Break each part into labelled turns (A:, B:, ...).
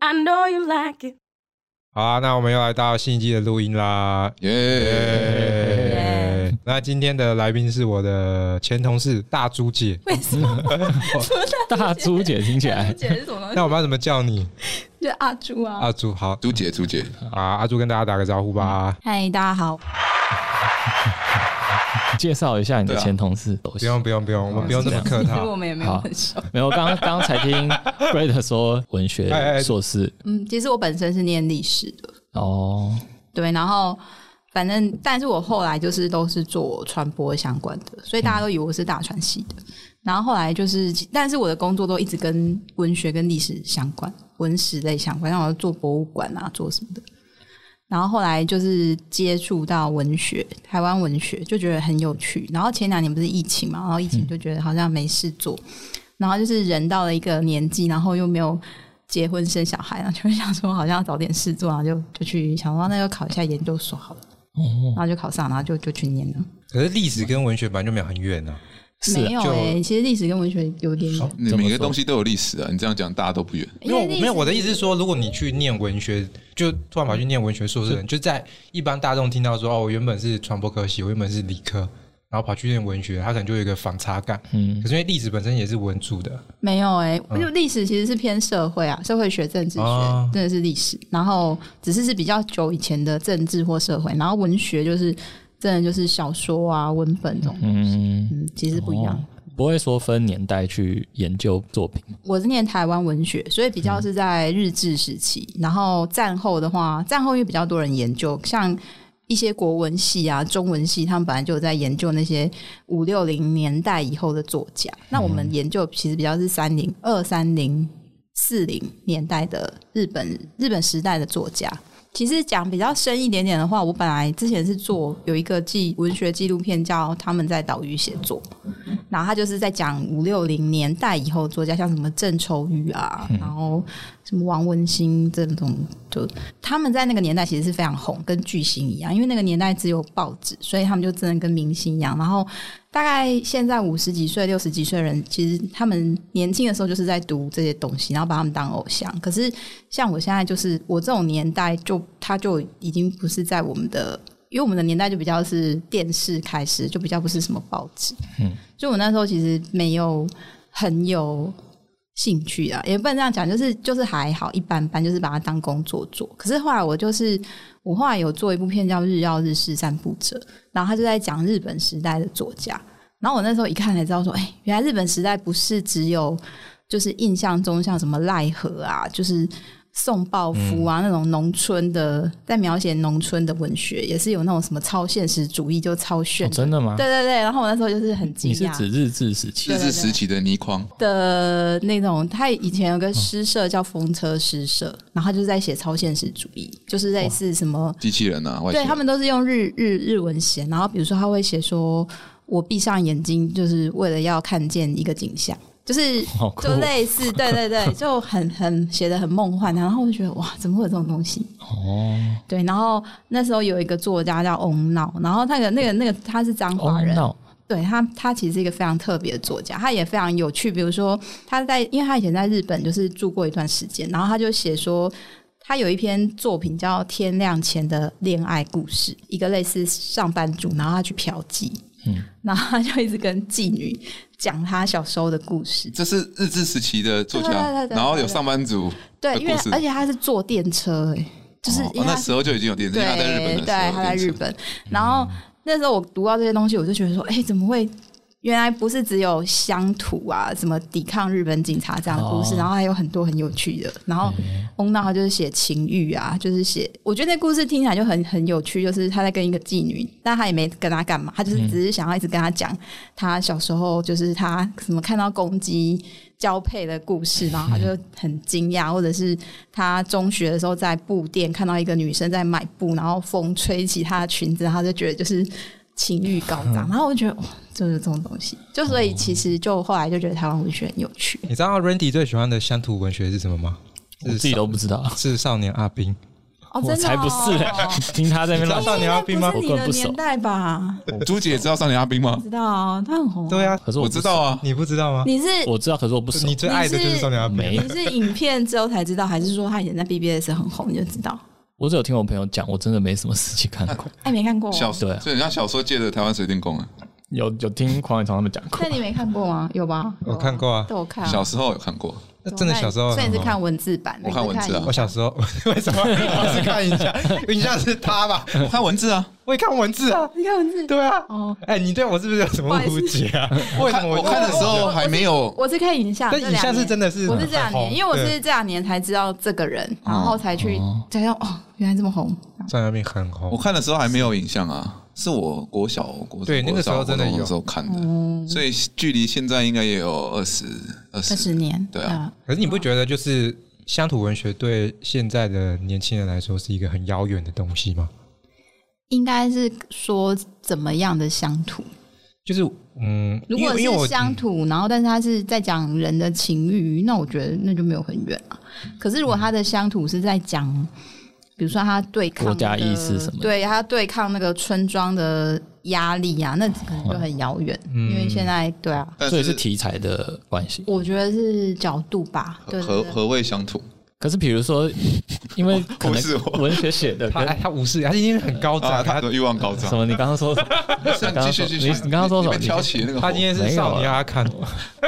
A: I know you like it。
B: 好啊，那我们又来到新一季的录音啦。
C: 耶！
B: 耶那今天的来宾是我的前同事大猪姐。
A: 为什么？
C: 大猪姐听起来
A: 姐是什么？
B: 那我们要怎么叫你？
A: 就阿朱啊。
B: 阿猪好
C: 猪姐，猪姐，
B: 啊，阿猪跟大家打个招呼吧。
A: 嗨，大家好。
D: 介绍一下你的
C: 对啊
D: 前同事。
B: 不用不用不用，我们不用那么客
A: 其实我
B: 套。
A: 们也没有很熟。
D: 没有，刚刚刚才听 Brad 说文
B: 哎哎
D: 学硕士
A: 嗯，其实我本身是念历史的，
D: 哦，
A: 对，然后反正，但是我后来就是都是做传播相关的，所以大家都以为我是大传系的。然后后来就是，但是我的工作都一直跟文学跟历史相关，文史类相关，然后我做博物馆啊，做什么的。然后后来就是接触到文学，台湾文学就觉得很有趣。然后前两年不是疫情嘛，然后疫情就觉得好像没事做，然后就是人到了一个年纪，然后又没有结婚生小孩，然后就 会想说好像要找点事做，然后就就去想说那就考一下研究所好了，
B: 哦
D: 哦
A: 然后就考上，然后就就去念了。
B: 可是历史跟文学本来就没有很远啊。
D: 是
A: 没有
B: 就
A: 诶、其实历史跟文学有点远，
C: 你每个东西都有历史啊！你这样讲，大家都不远。
B: 因为我没有我的意思是说，如果你去念文学，就突然跑去念文学硕士的人，就在一般大众听到说哦，我原本是传播科系，我原本是理科，然后跑去念文学，他可能就有一个反差感。
D: 嗯
B: 可，是因为历史本身也是文著的，
A: 没有哎、
B: 嗯
A: 就历史其实是偏社会啊，社会学、政治学，
B: 哦
A: 真的是历史。然后只是是比较久以前的政治或社会，然后文学就是真的就是小说啊、文本这种，
D: 嗯，
A: 嗯，其实不一样。
D: 不会说分年代去研究作品。
A: 我是念台湾文学，所以比较是在日治时期。然后战后的话，战后因为比较多人研究，像一些国文系啊、中文系，他们本来就有在研究那些五六零年代以后的作家。那我们研究其实比较是三零二三零四零年代的日本日本时代的作家。其实讲比较深一点点的话，我本来之前是做有一个纪文学纪录片叫《他们在岛屿写作》，然后他就是在讲五六零年代以后作家，像什么郑愁予啊，然后什么王文兴这种，就他们在那个年代其实是非常红，跟巨星一样，因为那个年代只有报纸，所以他们就真的跟明星一样。然后大概现在五十几岁、六十几岁的人，其实他们年轻的时候就是在读这些东西，然后把他们当偶像。可是像我现在就是我这种年代就，他就已经不是在我们的。因为我们的年代就比较是电视开始，就比较不是什么报纸，所以我那时候其实没有很有兴趣啊，也不能这样讲，就是就是还好一般般，就是把它当工作做。可是后来我就是我后来有做一部片叫《日曜日式散步者》，然后他就在讲日本时代的作家，然后我那时候一看才知道说，哎、原来日本时代不是只有就是印象中像什么奈何啊，就是。宋抱夫啊，那种农村的，在描写农村的文学，也是有那种什么超现实主义，就超炫
D: 哦真的吗？
A: 对对对，然后我那时候就是很惊
D: 你是
A: 讶
D: 指日治时期
C: 日治时期的倪匡，
A: 的那种，他以前有个诗社叫风车诗社，然后他就是在写超现实主义，就是类似什么，
C: 机器人啊，外星
A: 对
C: 人
A: 他们都是用日日日文写，然后比如说他会写说，我闭上眼睛就是为了要看见一个景象，就是
D: 好哦酷
A: 就类似， 对对对，就很很写的很梦幻，然后我就觉得哇，怎么会有这种东西？
D: 哦，
A: 对，然后那时候有一个作家叫翁闹，然后那个那个那个他是彰化人，
D: 哦那
A: 对他，他其实是一个非常特别的作家，他也非常有趣。比如说，他在因为他以前在日本就是住过一段时间，然后他就写说，他有一篇作品叫《天亮前的恋爱故事》，一个类似上班族，然后他去嫖妓，
D: 嗯，
A: 然后他就一直跟妓女讲他小时候的故事。
C: 这是日治时期的作
A: 对对对
C: 家，
A: 对对
C: 然后有上班族，
A: 对，
C: 的
A: 因为
C: 故事
A: 而且他是坐电车、欸，就是
C: 哦
A: 因为
C: 那
A: 他是
C: 时候就已经有电视，
A: 对
C: 因为他在日本的时候，
A: 对，他在日，本。然后那时候我读到这些东西，我就觉得说，哎、怎么会？原来不是只有乡土啊，什么抵抗日本警察这样的故事，
D: 哦
A: 然后还有很多很有趣的。然后翁娜他就是写情欲啊，就是写，我觉得那故事听起来就很很有趣，就是他在跟一个妓女，但他也没跟他干嘛，他就是只是想要一直跟他讲他小时候就是他什么看到公鸡交配的故事，然后他就很惊讶，或者是他中学的时候在布店看到一个女生在买布，然后风吹起她的裙子，他就觉得就是情欲高
B: 嗯
A: 涨，然后我就觉得哇，就是这种东西，就所以其实就后来就觉得台湾文学很有趣。
B: 你知道 Randy 最喜欢的乡土文学是什么吗？
D: 我自己都不知道。
B: 是少年阿兵。欸
A: 哦，
D: 我
A: 真的、哦、哎
D: 才不是嘞， 听他在那边
B: 你知
D: 乱
B: 道少年阿兵吗
A: 不？是你
D: 我
A: 的
D: 更不熟
A: 年代吧？
C: 朱姐知道少年阿兵吗
A: 不？知道，他很红、
B: 对，啊，
D: 可是
C: 我
D: 我
C: 知道啊，
B: 你不知道吗？
A: 你是
D: 我知道，可是我不熟
B: 你。最爱的就是少年阿兵啊
D: 没，
A: 你是影片之后才知道，还是说他以前在 BBS 很红你就知道？
D: 我只有听我朋友讲，我真的没什么实际看过。
A: 哎，没看过，
C: 小
D: 对啊
C: 所以很像小时候借的台湾水电工啊，
D: 有有听黄伟昌他们讲过
A: 那，你没看过吗？有吧？
B: 我看过啊
A: 都有看啊。
C: 小时候有看过，
B: 那真的小时候
A: 所以你是
B: 很
A: 看文字版，
C: 我看文字啊
A: 你
B: 我
A: 是
B: 小时候 为什么我是看一下？一下是他吧？
C: 我看文字啊，
B: 我也看文字啊，
A: 你看文字
B: 对啊。
A: 哦。
B: 哎、你对我是不是有什么误解啊？ 为什么
C: 我看的时候还没有，
A: 我是看影像，
B: 但
A: 这
B: 影像
A: 两
B: 是
A: 年
B: 真的是
A: 我是这两
B: 很红
A: 年，因为我
B: 对
A: 是这两年才知道这个人，然后才去才知道哦，原来这么红。
B: 少年阿兵很
C: 我
B: 红？
C: 看的时候还没有影像啊，是我国小国
B: 对那个时候真的有
C: 国中时候看的，所以距离现在应该也有二十二
A: 二十
C: 十。
A: 年，嗯
C: 对啊
B: 可是你不觉得就是乡土文学对现在的年轻人来说是一个很遥远的东西吗？
A: 应该是说怎么样的乡土？
B: 就是嗯，
A: 如
B: 因
A: 果
B: 为因为我
A: 是乡土，然后但是他是在讲人的情欲，那我觉得那就没有很远了。可是如果他的乡土是在讲，比如说他对抗
D: 国家
A: 的
D: 意识什么的
A: 对他对抗那个村庄的压力啊，那可能就很遥远，
B: 嗯
A: 因为现在对啊，
C: 但
D: 所以是题材的关系。
A: 我觉得是角度吧，对
C: 何
A: 对
C: 何
A: 对
C: 何谓乡土？
D: 可是比如说，因 为可
C: 哦不是我
D: 能文学写的
B: 他
D: 跟
B: 哎他无视，他已经很高涨
C: 啊，
B: 了，
C: 他
B: 他
C: 的欲望高涨
D: 什。么？你刚刚说 什么？
C: 是
D: 你刚
C: 继
D: 刚
C: 续
D: 说
C: 继
D: 你
C: 续，
D: 你刚刚说什么？
C: 被挑起那个火
B: 他今天是
D: 没有
B: 少
D: 啊
B: 年阿看，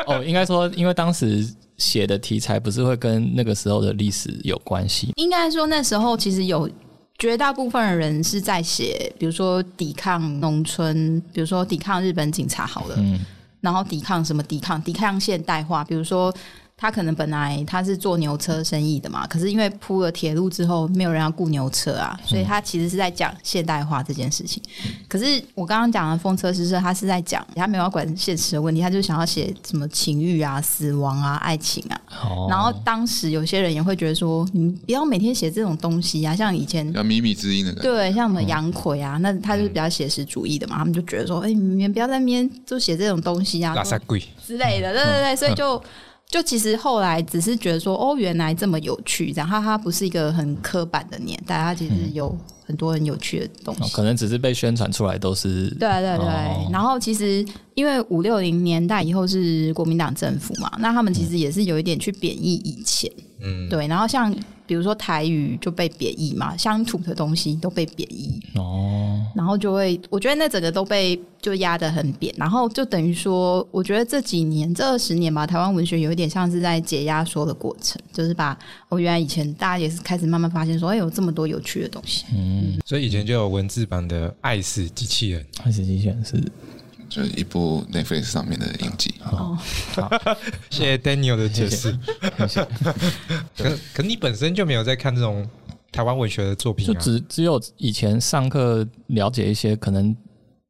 D: 哦，应该说，因为当时写的题材不是会跟那个时候的历史有关系，
A: 应该说那时候其实有绝大部分的人是在写，比如说抵抗农村，比如说抵抗日本警察好了，
D: 嗯
A: 然后抵抗什么抵抗抵抗现代化，比如说。他可能本来他是做牛车生意的嘛，可是因为铺了铁路之后，没有人要雇牛车啊，
D: 嗯
A: 所以他其实是在讲现代化这件事情。可是我刚刚讲的风车诗社，他是在讲他没有要管现实的问题，他就想要写什么情欲啊、死亡啊、爱情啊。
D: 哦，
A: 然后当时有些人也会觉得说，你们不要每天写这种东西啊，像以前。
C: 要靡靡之音的感觉。
A: 对，像什么杨奎
D: 嗯
A: 啊，那他就是比较写实主义的嘛，他们就觉得说，哎、你们不要在那边就写这种东西啊
B: 拉萨贵，
A: 之类
D: 嗯
A: 的，对对对，所以就就其实后来只是觉得说，哦，原来这么有趣，然后它不是一个很刻板的年代，它其实有很多很有趣的东
D: 嗯哦
A: 西。
D: 可能只是被宣传出来都是
A: 对对对，
D: 哦
A: 然后其实因为五六零年代以后是国民党政府嘛，那他们其
D: 嗯
A: 实也是有一点去贬义以前，
B: 嗯，
A: 对，然后像比如说台语就被贬义嘛，乡土的东西都被贬义，
D: 哦，
A: 然后就会，我觉得那整个都被就压得很扁，然后就等于说，我觉得这几年这二十年吧，台湾文学有一点像是在解压缩的过程，就是把哦，原来以前大家也是开始慢慢发现说，哎，有这么多有趣的东西，
D: 嗯，
B: 所以以前就有文字版的《爱死机器人》，
D: 二十机器人是
C: 就是一部 Netflix 上面的影集，
A: 哦
B: 谢谢 Daniel 的解释。
D: 谢谢
B: 可可你本身就没有在看这种台湾文学的作品
D: 就
B: 啊？
D: 只只有以前上课了解一些可能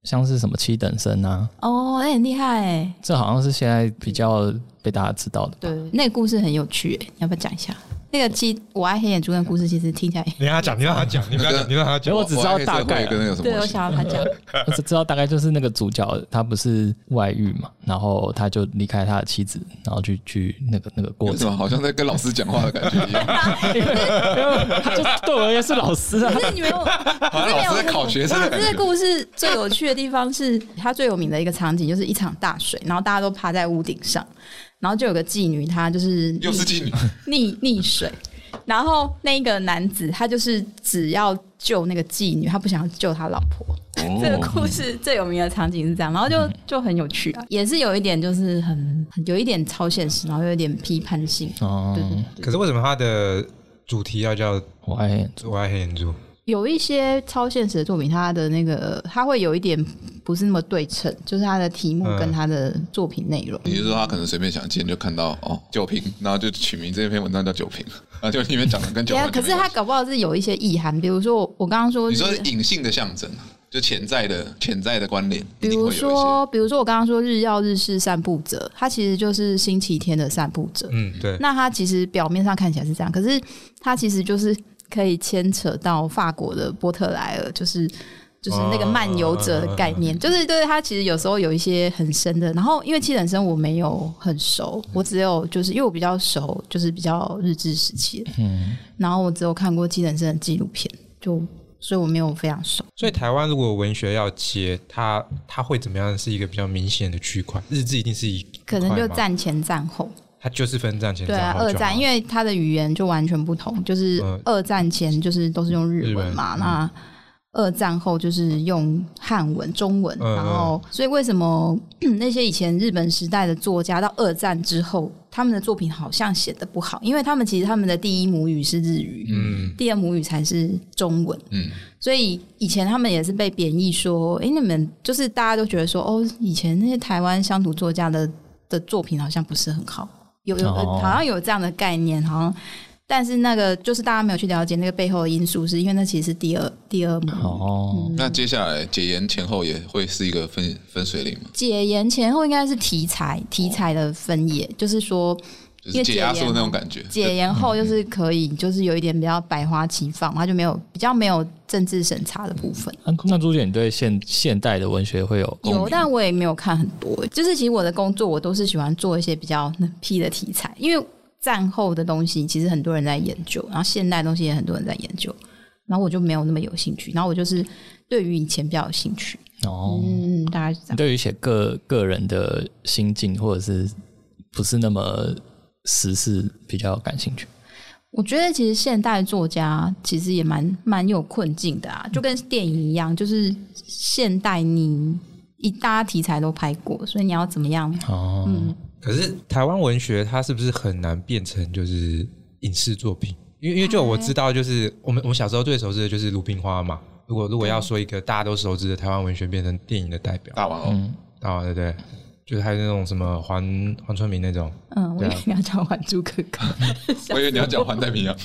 D: 像是什么七等生啊，
A: 哦，哎，很厉害哎，
D: 这好像是现在比较被大家知道 的。
A: 对，那个故事很有趣哎，你要不要讲一下？那个其我爱黑眼珠的故事，其实听起来，
B: 你让他讲，你让他讲，你不要讲，你让他
D: 结
B: 讲。
D: 果只知道
C: 我还可以
D: 大概
C: 再回
D: 啊，
C: 跟那有什么
A: 对我
C: 关系？
A: 想要他讲，
D: 我只知道大概就是那个主角他不是外遇嘛，然后他就离开他的妻子，然后去去那个那个过
C: 为什
D: 程。
C: 么好像在跟老师讲话的感觉 一样？
D: 他就对我而言是老师 啊
A: 可，是你没有，
C: 好像老师在考学生的
A: 可
C: 感
A: 是这
C: 觉。
A: 故事最有趣的地方是，它最有名的一个场景就是一场大水，然后大家都趴在屋顶上，然后就有个妓女，她就是
C: 又 是妓女，
A: 溺溺水，然后那个男子他就是只要救那个妓女，他不想要救他老婆。
C: 哦
A: 这个故事最有名的场景是这样，然后
C: 嗯
A: 就就很有趣啊，也是有一点就是很很有一点超现实，然后有一点批判性。
D: 哦
A: 对，
C: 嗯
A: 对对
B: 可是为什么他的主题要叫《
D: 我爱眼
B: 我爱黑眼珠》？
A: 有一些超现实的作品，它的那个它会有一点不是那么对称，就是它的题目跟它的作品内容。
C: 你是说他可能随便想见就看到哦酒瓶，然后就取名这篇文章叫酒瓶，然后就里面讲的跟酒
A: 对啊，
C: 瓶。
A: 可是它搞不好是有一些意涵，比如说我我刚刚说
C: 你说
A: 日
C: 是隐性的象征，啊就潜在的潜在的关联，
A: 比
C: 一定会
A: 如
C: 有一些。
A: 说，比如说我刚刚说日曜日式散步者，它其实就是星期天的散步者。
B: 嗯，对，
A: 那它其实表面上看起来是这样，可是它其实就是可以牵扯到法国的波特莱尔，就是就是那个漫游者的概念，就是对他其实有时候有一些很深的。然后因为七人生我没有很熟，我只有就是因为我比较熟，就是比较日治时期的，
D: 嗯，
A: 然后我只有看过七人生的纪录片，就所以我没有非常熟。
B: 所以台湾如果文学要切，它它会怎么样是一个比较明显的区块？日志一定是一
A: 可能就
B: 块吗，
A: 战前战后，
B: 它就是分战前
A: 对啊，二战，因
B: 为
A: 为它的语言就完全不同，就是
B: 嗯
A: 二战前就是都是用日文嘛，
B: 日文嗯
A: 那二战后就是用汉文、中文，
B: 嗯嗯
A: 然后所以为什么 那些以前日本时代的作家到二战之后，他们的作品好像写的不好，因为他们其实他们的第一母语是日语，
B: 嗯
A: 第二母语才是中文，
C: 嗯，
A: 所以以前他们也是被贬义说，哎、你们就是大家都觉得说，哦，以前那些台湾乡土作家的的作品好像不是很好，有有、
D: 哦
A: 好像有这样的概念，好像。但是那个就是大家没有去了解那个背后的因素，是因为那其实是第二第二母语。
D: 哦，
C: 那接下来解严前后也会是一个分分水岭嘛？
A: 解严前后应该是题材题材的分野，就是说
C: 就
A: 因
C: 是
A: 为
C: 解
A: 解
C: 压
A: 严
C: 缩那
A: 嘛
C: 种感觉。
A: 解严后就是可以，就是有一点比较百花齐放，它就没有比较没有政治审查的部分。
D: 那那朱姐，你对现现代的文学会有
A: 有，但我也没有看很多。就是其实我的工作，我都是喜欢做一些比较冷僻的题材，因为战后的东西其实很多人在研究，然后现代的东西也很多人在研究，然后我就没有那么有兴趣。然后我就是对于以前比较有兴趣，
D: 哦？
A: 嗯，大概是这
D: 你
A: 样。
D: 对于写个个人的心境，或者是不是那么时事比较感兴趣？
A: 我觉得其实现代作家其实也蛮蛮有困境的啊，就跟电影一样，就是现代你一大家题材都拍过，所以你要怎么样？
D: 哦，
B: 可是台湾文学它是不是很难变成就是影视作品？因为因为就我知道，就是我们我们小时候最熟知的就是鲁冰花嘛。如果如果要说一个大家都熟知的台湾文学变成电影的代表
C: 大王哦，
D: 嗯
B: 啊，对不对？就是还有那种什么黄黄春明那种，
A: 嗯，我一定要讲《还珠格格》
C: 我以为你要讲《环太 平洋》，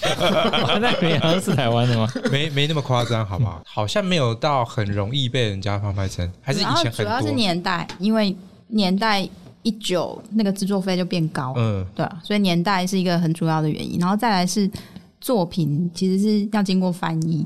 D: 那你好像是台湾的吗？
B: 没没那么夸张，好不 好？好像没有到很容易被人家翻拍成，还是以
A: 然后
B: 前
A: 主
B: 很
A: 要是
B: 多。
A: 年代，因为年代一久，那个制作费就变高，
B: 嗯，
A: 对啊，所以年代是一个很主要的原因。然后再来是作品，其实是要经过翻译，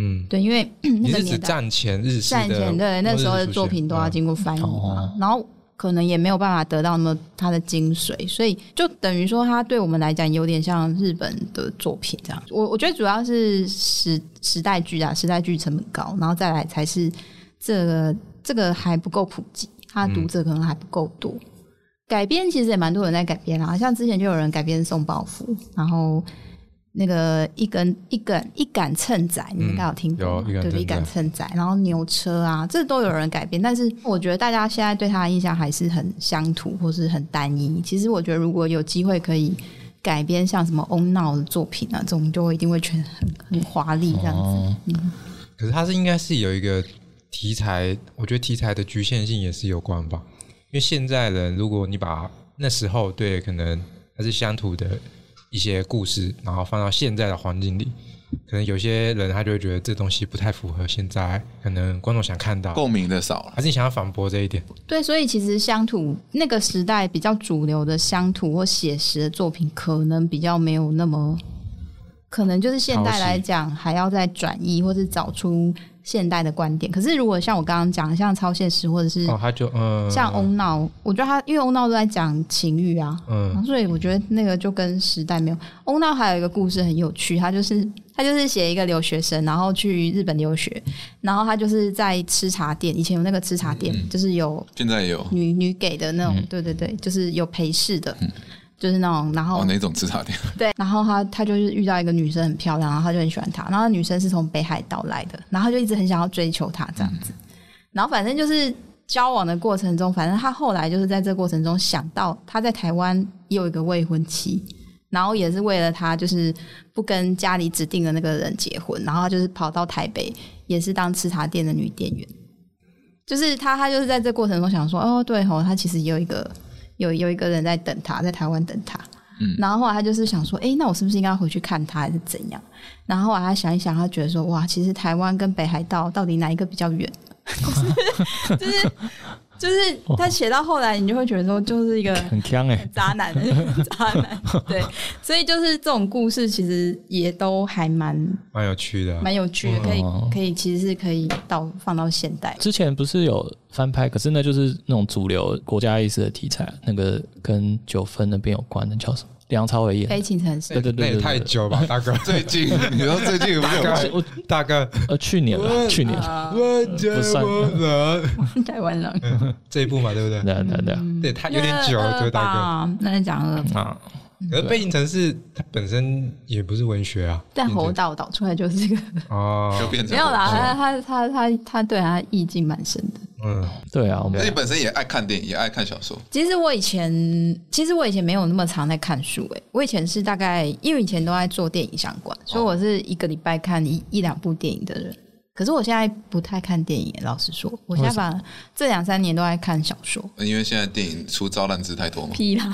B: 嗯，
A: 对，因为
B: 你
A: 那个
B: 是指
A: 年代
B: 战前日式
A: 战
B: 的
A: 前对那时候的作品都要
B: 进。
A: 经过翻译嘛
D: 哦，
A: 然后。可能也没有办法得到那么它的精髓，所以就等于说，它对我们来讲有点像日本的作品这样。我我觉得主要是时时代剧啊，时代剧成本高，然后再来才是这个这个还不够普及，它的读者可能还不够多。改编其实也蛮多人在改编啦，像之前就有人改编宋抱夫，然后那个一根一杆一杆秤仔，你们应该有听过
B: 嗯有
A: 吗，
B: 一杆
A: 对
B: 秤仔
A: 一杆秤仔，然后牛车啊，这都有人改编，但是我觉得大家现在对他的印象还是很乡土或是很单一。其实我觉得如果有机会可以改编像什么翁闹的作品啊，这种就一定会觉得很很华丽这样子。
D: 哦，
B: 可是它是应该是有一个题材，我觉得题材的局限性也是有关吧。因为现在人，如果你把那时候对可能还是乡土的一些故事，然后放到现在的环境里，可能有些人他就会觉得这东西不太符合现在可能观众想看到，
C: 共鸣的少了。
B: 还是你想要反驳这一点？
A: 对，所以其实乡土那个时代比较主流的乡土或写实的作品，可能比较没有那么，可能就是现代来讲还要再转译或是找出现代的观点。可是如果像我刚刚讲，像超现实或者是
B: 哦，他就嗯，
A: 像翁闹，我觉得他因为翁闹都在讲情欲啊，然
B: 嗯
A: 后所以我觉得那个就跟时代没有。翁道还有一个故事很有趣，他就是他就是写一个留学生，然后去日本留学，然后他就是在吃茶店，以前有那个吃茶店，
B: 嗯
A: 就是有
C: 现在也有
A: 女女给的那种，对对对，就是有陪侍的，就是那种，然后、
C: 哦，哪种吃 茶店？
A: 对，然后他他就是遇到一个女生很漂亮，然后他就很喜欢她，然后那女生是从北海道来的，然后他就一直很想要追求她这样子，然后反正就是交往的过程中，反正他后来就是在这过程中想到他在台湾也有一个未婚妻。然后也是为了他，就是不跟家里指定的那个人结婚，然后他就是跑到台北，也是当吃茶店的女店员。就是他，他就是在这过程中想说，哦，对吼，他其实也有一个有有一个人在等他，在台湾等他。然后后来他就是想说，诶，哎那我是不是应该回去看他，还是怎样？然后后来他想一想，他觉得说， 哇，其实台湾跟北海道到底哪一个比较远？就是就是就是他写到后来，你就会觉得说，就是一个
D: 很强哎、
A: 渣男，渣男，对，所以就是这种故事，其实也都还蛮
B: 蛮有趣的啊、
A: 蛮有趣的，可以
D: 哦
A: 可以，其实是可以到放到现代。
D: 之前不是有翻拍，可是那就是那种主流国家意识的题材，那个跟九份那边有关的叫什么？梁朝伟演的
A: 悲。情城市
D: 对对
B: 那
D: 对
B: 也
D: 对
B: 太
D: 对，
B: 久吧， 大哥，
C: 最近你知道最近有没有
B: 大
D: 我
B: 哥，大哥，
D: 呃，去年了，去年，
A: 啊，
B: 我这
D: 算
B: 我人
A: 台湾人
B: 这一部嘛，对不对？
D: 对啊对啊对啊
B: 对，他 有点久了，对
A: 了
B: 大
A: 吧？那在讲
B: 嗯
A: 二，
D: 啊，
B: 哥。可是背景城市它本身也不是文学啊，
A: 但侯导导出来就是个
C: 就
B: 哦，
C: 变成
A: 没有啦，他他他他他对他意境蛮深的。
B: 嗯，
D: 对啊，我
C: 那
D: 们
C: 你本身也爱看电影，也爱看小说，
A: 其实我以前，其实我以前没有那么常在看书、诶，我以前是大概，因为以前都在做电影相关，所以我是一个礼拜看一一两部电影的人。可是我现在不太看电影，欸老实说，我现在把这两三年都在看小说。
C: 因为现在电影出招烂字太多嘛。
A: 屁 啦，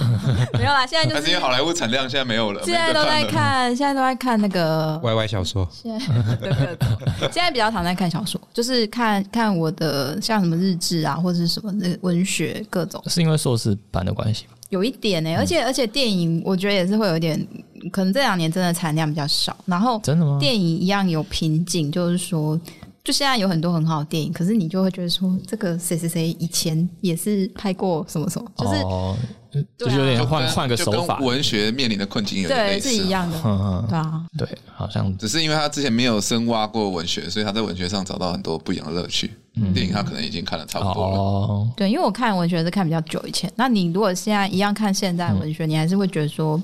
A: 没有啦，现在就
C: 但是因为好莱坞产量现在没有了，
A: 现在都在
C: 没得了。
A: 看，现在都在看那个
B: 歪歪小说，
A: 现在对对对现在比较常在看小说，就是看看我的像什么日志啊，或者是什么那文学各种，
D: 是因为硕士班的关系吧？
A: 有一点呢、
B: 嗯
A: 欸而且而且电影我觉得也是会有一点，可能这两年真的产量比较少，然后
D: 真的吗？
A: 电影一样有瓶颈，就是说。就现在有很多很好的电影，可是你就会觉得说，这个谁谁谁以前也是拍过什么什么，就是、
D: 哦，就
A: 对啊
D: 是有点
C: 就
D: 换
C: 跟
D: 换个手
C: 就
D: 法
C: 跟，文学面临的困境有点
A: 对
C: 类
A: 是一
C: 似。啊
A: 样的，
D: 嗯嗯，
A: 对啊，
D: 对，好像
C: 只是因为他之前没有深挖过文学，所以他在文学上找到很多不一样的乐趣。电影他可能已经看的差不多了。
D: 嗯哦，
A: 对，因为我看文学是看比较久以前，那你如果现在一样看现代
B: 嗯
A: 文学，你还是会觉得说，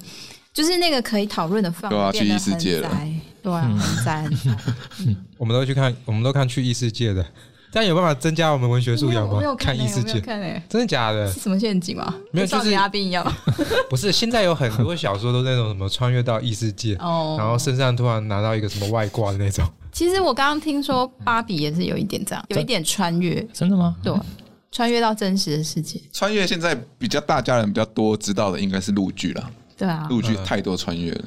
A: 就是那个可以讨论的范
C: 对啊
A: 围变得
C: 去异世
A: 很
C: 界了
A: 窄，对啊，很窄很窄。
B: 我们都去看，我们都看去异世界的，这样有办法增加我们文学素
A: 我没有
B: 养
A: 我
B: 吗
A: 没有？
B: 看
A: 看欸
B: 异世
A: 我没有
B: 界，
A: 看诶，
B: 真的假的？
A: 是什么陷阱吗？
B: 没有
A: 跟少
B: 就是
A: 年 阿斌一样吗
B: 不是，现在有很多小说都那种什么穿越到异世界，
A: 哦。
B: 然后身上突然拿到一个什么外挂的那种，
A: 其实我刚刚听说芭比也是有一点这样，有一点穿越，
D: 真的吗？
A: 对，穿越到真实的世界，
C: 穿越现在比较大家人比较多知道的应该是陆剧啦，
A: 对啊，
C: 陆剧
B: 嗯
C: 太多穿越了。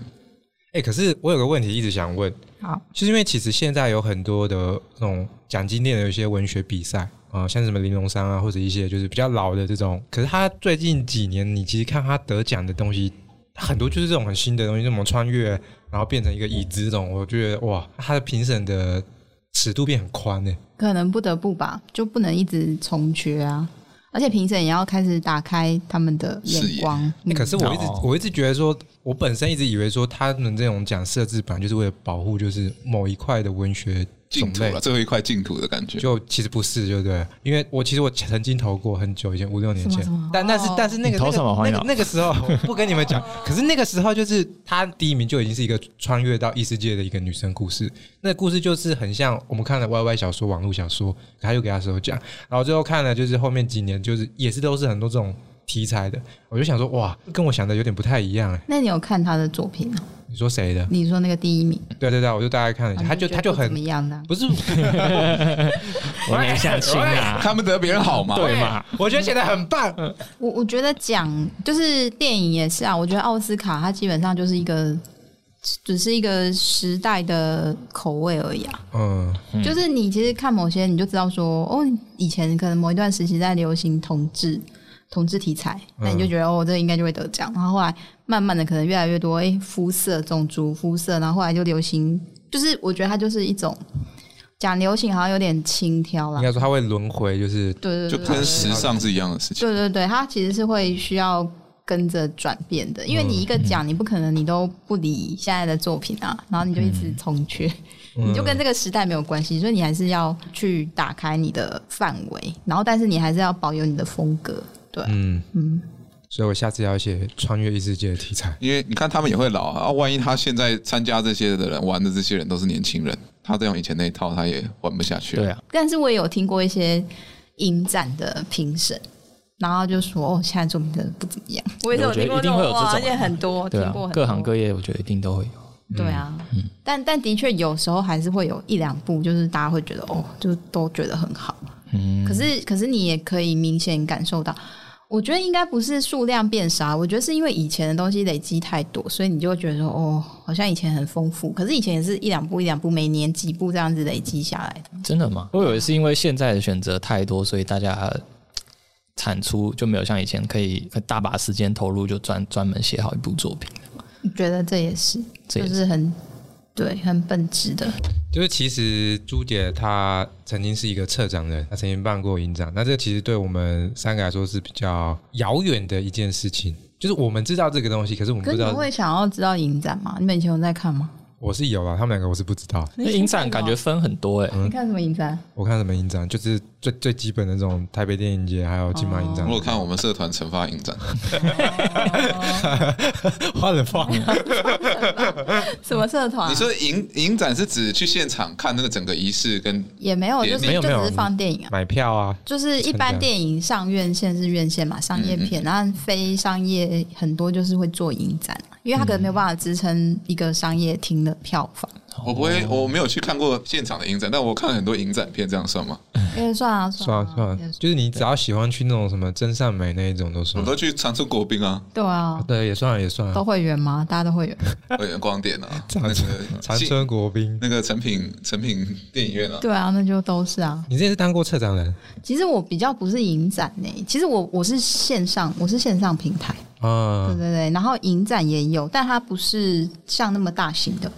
B: 哎、可是我有个问题一直想问，
A: 好，
B: 就是因为其实现在有很多的那种奖金店的一些文学比赛啊、呃像什么玲珑山啊，或者一些就是比较老的这种，可是他最近几年，你其实看他得奖的东西。很多就是这种很新的东西，这种穿越，然后变成一个椅子这种，我觉得哇，他的评审的尺度变很宽欸呢、
A: 可能不得不吧，就不能一直重缺啊。而且评审也要开始打开他们的
C: 视
A: 眼
C: 野
A: 光。
B: 欸
A: 嗯
B: 可是我一直、
D: 哦
B: 我一直觉得说，我本身一直以为说他们这种讲设置版就是为了保护就是某一块的文学种
C: 净土
B: 类
C: 了，，最后一块净土的感觉。
B: 就其实不是，对不对？因为我其实我曾经投过很久以前五六年前
A: 什么什么，
B: 但但是
A: 哦
B: 但是那个
D: 你投什么黄
B: 那
D: 玉
B: 个
D: 郎
B: 那个那个时候我不跟你们 讲，可是那个时候就是他第一名就已经是一个穿越到异世界的一个女生故事，那故事就是很像我们看了 YY 小说、网络小说，他就给他手讲，然后最后看了就是后面几年就是也是都是很多这种题材的，我就想说哇，跟我想的有点不太一样哎、
A: 那你有看他的作品吗？
B: 你说谁的？
A: 你说那个第一名，
B: 对对对，我就大概看了一下，他就
A: 觉得
B: 他就
A: 不怎么
B: 很
A: 样的啊？
B: 不是，
D: 我没相亲啊，
C: 看不得别人好嘛？
D: 对嘛？
B: 我觉得写的很 棒，
A: 我我觉得讲就是电影也是啊，我觉得奥斯卡它基本上就是一个。只是一个时代的口味而已啊，
B: 嗯。
D: 嗯
A: 就是你其实看某些，你就知道说，哦，以前可能某一段时期在流行同志同志题材，
C: 嗯
A: 那你就觉得哦，这应该就会得奖。然后后来慢慢的，可能越来越多，哎、肤色、种族、肤色，然后后来就流行，就是我觉得它就是一种讲流行，好像有点轻佻啦
B: 应。该说它会轮回，就是
A: 对对
C: 嗯就
A: 对，对
C: 跟时尚是一样的事情。
A: 对对对，它其实是会需要跟着转变的，因为
C: 嗯
A: 你一个奖，你不可能你都不理现在的作品啊，然后你就一
C: 嗯
A: 直重缺，
D: 嗯
B: 嗯
A: 你就跟这个时代没有关系，所以你还是要去打开你的范围，然后但是你还是要保有你的风格。对，
B: 嗯嗯，所以我下次要写穿越异世界的题材。
C: 因为你看他们也会老啊，啊万一他现在参加这些的人玩的这些人都是年轻人，他再用以前那一套他也玩不下去。
D: 对，啊，
A: 但是我也有听过一些影展的评审。然后就说哦，现在作品真的不怎么样。我也是有
D: 我觉
A: 听过啊
D: 得一定会有这
A: 哇
D: 种
A: 而且很多，
D: 对
A: 听
D: 啊
A: 过，很
D: 各
A: 多
D: 行各业我嗯觉得一定都会有。
A: 对啊，但但的确有时候还是会有一两部，就是大家会觉得哦，就都觉得很好。
D: 嗯
A: 可是可是你也可以明显感受到，我觉得应该不是数量变少，啊我觉得是因为以前的东西累积太多，所以你就会觉得说哦，好像以前很丰富，可是以前也是一两部一两部，每年几部这样子累积下来的。
D: 真的吗？我以为是因为现在的选择太多，所以大家产出就没有像以前可以大把时间投入，就专专门写好一部作品。
A: 觉得这也是，
D: 这也
A: 就是是很对，很本质的。
B: 就是其实朱姐她曾经是一个策展人，她曾经办过营长，那这其实对我们三个来说是比较遥远的一件事情。就是我们知道这个东西，可是我们不
A: 可是
B: 知
A: 你们
B: 道。
A: 会想要知道影展吗？你们以前有在看吗？
B: 我是有啊，他们两个我是不知道。
D: 那影展感觉分很多哎、
B: 嗯
A: 你看什么影展？
B: 我看什么影展，就是最最基本的那种台北电影节，还有金马影展。
C: 我有看我们社团惩罚影展，
B: 花了放，
A: 什么社团
B: 嗯
C: 你？说影影展是指去现场看那个整个仪式跟
A: 也没有，
C: 也
A: 就是
B: 没
A: 就
B: 有没有
A: 只是放电影啊。
B: 买票啊，
A: 就是一般电影上院线是院线嘛，商业片，然后非商业很多就是会做影展，啊因为它可能没有办法支撑一个商业厅的票房。
C: 我不会，
B: 哦
C: 我没有去看过现场的影展，但我看了很多影展片，这样算吗？
A: 因为算啊
B: 算
A: 算
B: 了算了
A: 也，
B: 就是你只要喜欢去那种什么真善美那一种都
C: 我
B: 算。
C: 都去长春国宾 啊，
A: 对啊，
B: 对，也算了也算了
A: 都。会员吗？大家都会员。
C: 有点光点啊，那
B: 长
C: 个
B: 长春国宾，
C: 那个成品成品电影院啊，
A: 对啊，那就都是啊。
B: 你之前是当过策展人
A: 其实我比较不是影展呢、其实我我是线上，我是线上平台，对
B: 啊？
A: 对对。然后影展也有，但它不是像那么大型的，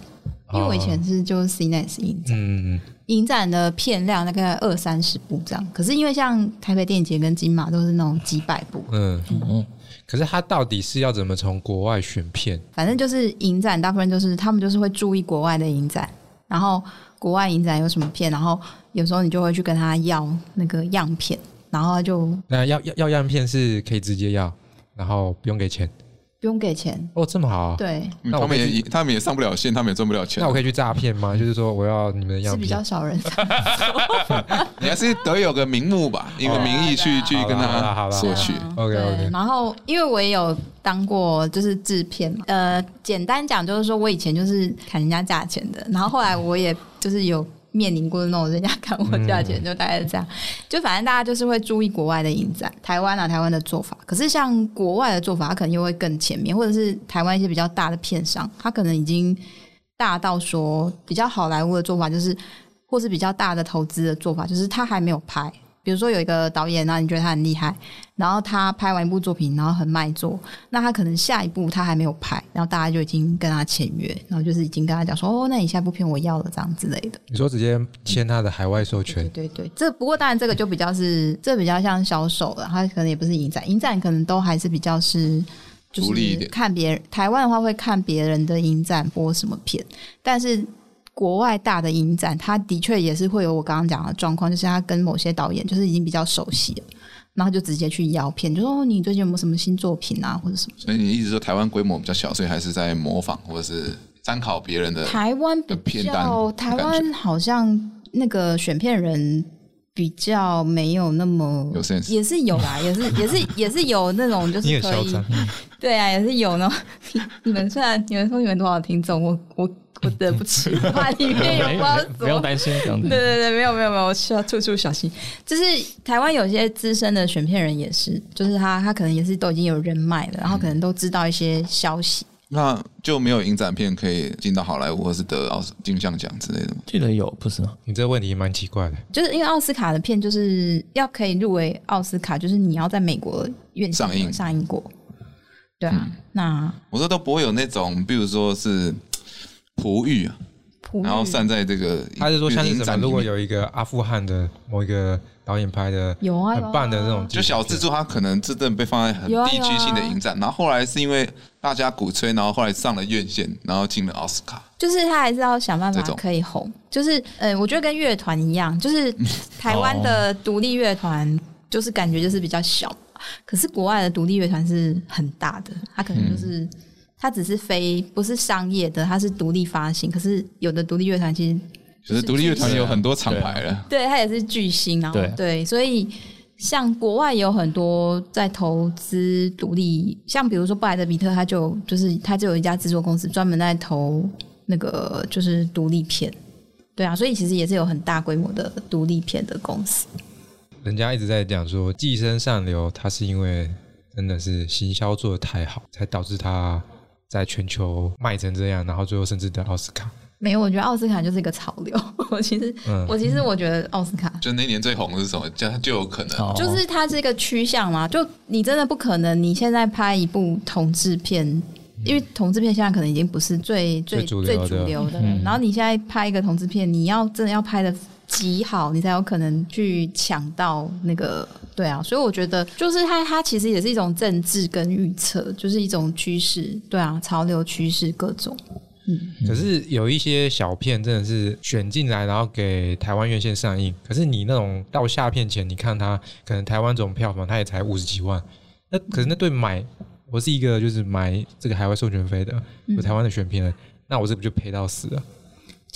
A: 因为我以前是就是 CNES 影展。
B: 嗯，
A: 影展的片量大概二三十部这样，可是因为像台北电影节跟金马都是那种几百部，
B: 嗯嗯，可是他到底是要怎么从国外选片？
A: 反正就是影展大部分就是他们就是会注意国外的影展，然后国外影展有什么片，然后有时候你就会去跟他要那个样片，然后他就
B: 那要要要样片是可以直接要，然后不用给钱
A: 不用给钱，
B: 哦，这么好啊？
A: 对，
C: 嗯
B: 那我
C: 他们
B: 可以
C: 也他们也上不了线，他们也赚不了钱
B: 那我。可以去诈骗吗？就是说我要你们的
A: 是
B: 样
A: 比
B: 片
A: 较，少人。
C: 你还是得有个名目
B: 哦
C: 吧，一个名义去去
B: 好啦
C: 跟
B: 啊好啦好
C: 他
B: 啦
C: 索取。
B: OK，OK
A: 对啊然后因为我也有当过就是制片嘛，呃，简单讲就是说我以前就是砍人家价钱的，然后后来我也就是有面临过那种人家砍我价钱，就大概是这样。就反正大家就是会注意国外的影展，台湾啊台湾的做法，可是像国外的做法，它可能又会更前面，或者是台湾一些比较大的片商，它可能已经大到说比较好莱坞的做法就是。或是比较大的投资的做法，就是他还没有拍。比如说有一个导演啊，你觉得他很厉害，然后他拍完一部作品，然后很卖座，那他可能下一部他还没有拍，然后大家就已经跟他签约，然后就是已经跟他讲说，哦，那你下一部片我要了这样之类的。
B: 你说直接签他的海外授
A: 对
B: 权，
A: 对对，这不过当然这个就比较是，这比较像销售了，它可能也不是影展，影展可能都还是比较是。就
C: 独立一
A: 是
C: 点
A: 看别人，台湾的话会看别人的影展播什么片，但是国外大的影展，它的确也是会有我刚刚讲的状况，就是他跟某些导演就是已经比较熟悉了，然后就直接去邀片，就说、哦、你最近有没有什么新作品啊，或者什么？
C: 所以你一直说台湾规模比较小，所以还是在模仿或者是参考别人的。
A: 台湾
C: 的
A: 比
C: 片单
A: 较，
C: 的
A: 台
C: 感觉
A: 湾好像那个选片人比较没有那么
C: 有 sense
A: 也是有 啦，也是也是也是有那种就
B: 你
A: 是
B: 很
A: 可
B: 嚣
A: 以
B: 张，
A: 对啊，也是有呢。 你们虽然你们说你们多少听众，我我我得不起，我怕里面有
D: 没
A: 不知
D: 有
A: 道什么
D: 没有不用担心，不用
A: 对
D: 担心。
A: 对对，没有没有没有，我需要处处小心。就是台湾有些资深的选片人也是，就是他他可能也是都已经有人脉了，然后可能都知道一些消息。
C: 那就没有影展片可以进到好莱坞或是得奥斯金像奖之类的吗？
D: 记得有不是吗？
B: 你这个问题蛮奇怪的。
C: 嗯
A: 就是因为奥斯卡的片就是要可以入围奥斯卡，就是你要在美国院线
C: 上映嗯
A: 上映过。对啊，那
C: 我说都不会有那种，比如说是璞玉啊，
A: 普
C: 然后
A: 语
C: 散在这个，
B: 他是说像是
C: 影
B: 什么？
C: 展里
B: 如
C: 面
B: 果有一个阿富汗的某一个导演拍的
A: 有啊，
B: 很
A: 有啊
B: 棒的那种纪录片，
C: 就小制作，它可能真正被放在很
A: 有啊
C: 地区性的影展，然后后来是因为大家鼓吹，然后后来上了院线，然后进了奥斯卡。
A: 就是他还是要想办法
C: 这种
A: 可以红。就是呃，我觉得跟乐团一样，就是
C: 嗯
A: 台湾的
C: 哦
A: 独立乐团，就是感觉就是比较小，可是国外的独立乐团是很大的，它可能就是。
C: 嗯
A: 它只是非不是商业的，它是独立发行。可是有的独立乐团其实
C: 就是独立乐团有很多厂牌了，
A: 对它也是巨星，然后
D: 对
A: 所以像国外有很多在投资独立，像比如说布莱德比特，他就就是他就有一家制作公司专门在投那个就是独立片，对啊，所以其实也是有很大规模的独立片的公司，
B: 人家一直在讲说《寄生上流》，它是因为真的是行销做的太好，才导致它在全球卖成这样，然后最后甚至得奥斯卡。
A: 没有，我觉得奥斯卡就是一个潮流。 我其实，
B: 嗯
A: 我其实我觉得奥斯卡
C: 就那年最红的是什么？这样就有可能。
D: 哦
A: 就是它是一个趋向嘛，就你真的不可能，你现在拍一部同志片，因为同志片现在可能已经不是最最
B: 最主
A: 最
B: 流的
A: 主流的，
D: 嗯
A: 然后你现在拍一个同志片，你要真的要拍的。极好，你才有可能去抢到那个对啊，所以我觉得就是它，它其实也是一种政治跟预测，就是一种趋势，对啊，潮流趋势各种。
D: 嗯
B: 可是有一些小片真的是选进来，然后给台湾院线上映。可是你那种到下片前，你看它可能台湾总票房它也才五十几万，那
D: 嗯
B: 可是那对买我是一个就是买这个海外授权费的，
D: 嗯
B: 有台湾的选片的，那我这不就赔到死了？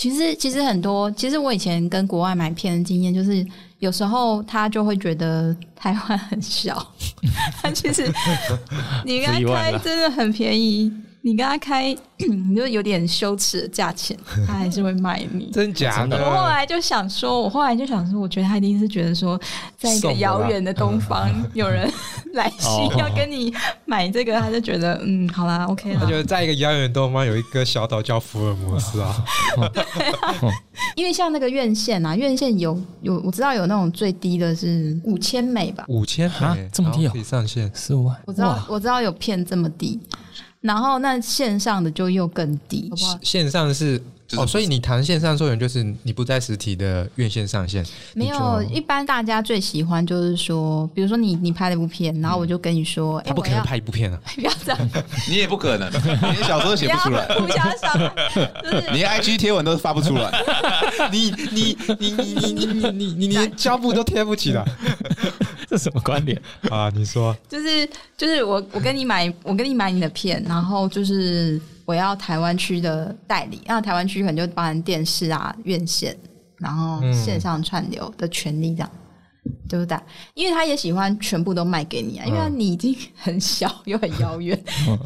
A: 其实其实很多，其实我以前跟国外买片的经验就是，有时候他就会觉得台湾很小， 他其实你跟
D: 不意
A: 他
D: 外
A: 开
D: 啦
A: 真的很便宜，你跟他开 你就有点羞耻的价钱，他还是会卖你。
B: 真假
D: 真的
A: 我后
B: 的？
A: 来就想说，我后来就想说，我觉得他一定是觉得说，在一个
B: 送的啦
A: 遥远的东方，有人 来信
D: 哦
A: 要跟你买这个，他就觉得嗯，好啦，OK
D: 啊
A: 啦
B: 他。觉得在一个遥远的东方有一个小岛叫福尔摩斯 啊，
A: 因为像那个院线啊，院线有有我知道有那种最低的是五千美吧，
B: 五千
D: 啊
B: 美
D: 这么低
B: 然后
D: 哦
B: 可以上线，
D: 十五万，
A: 我知道
D: 哇
A: 我知道有片这么低，然后那线上的就又更低，好不好
B: 线？线上是
C: 就是
B: 哦，所以你谈线上授权就是你不在实体的院线上线，
A: 没有，
B: 你就
A: 一般大家最喜欢就是说，比如说你你拍了一部片，然后我就跟你说，哎、
B: 嗯他不
A: 我
B: 可能
A: 要。
B: 拍一部片啊。
A: 不要这样，
C: 你也不可能，你的小说都
A: 不
C: 写
A: 要
C: 不出来，
A: 互相伤害， 就是
C: 你的 IG 贴文都发不出 来。
B: 你你你你你你你你你连胶布都贴不起了
D: 这什么观点？
B: 啊！你说
A: 就是就是我我跟你买我跟你买你的片，然后就是我要台湾区的代理，那台湾区可能就包含电视啊、院线，然后
B: 嗯
A: 线上串流的权利这样。对不对？因为他也喜欢全部都卖给你啊，因为
B: 嗯
A: 你已经很小又很遥远，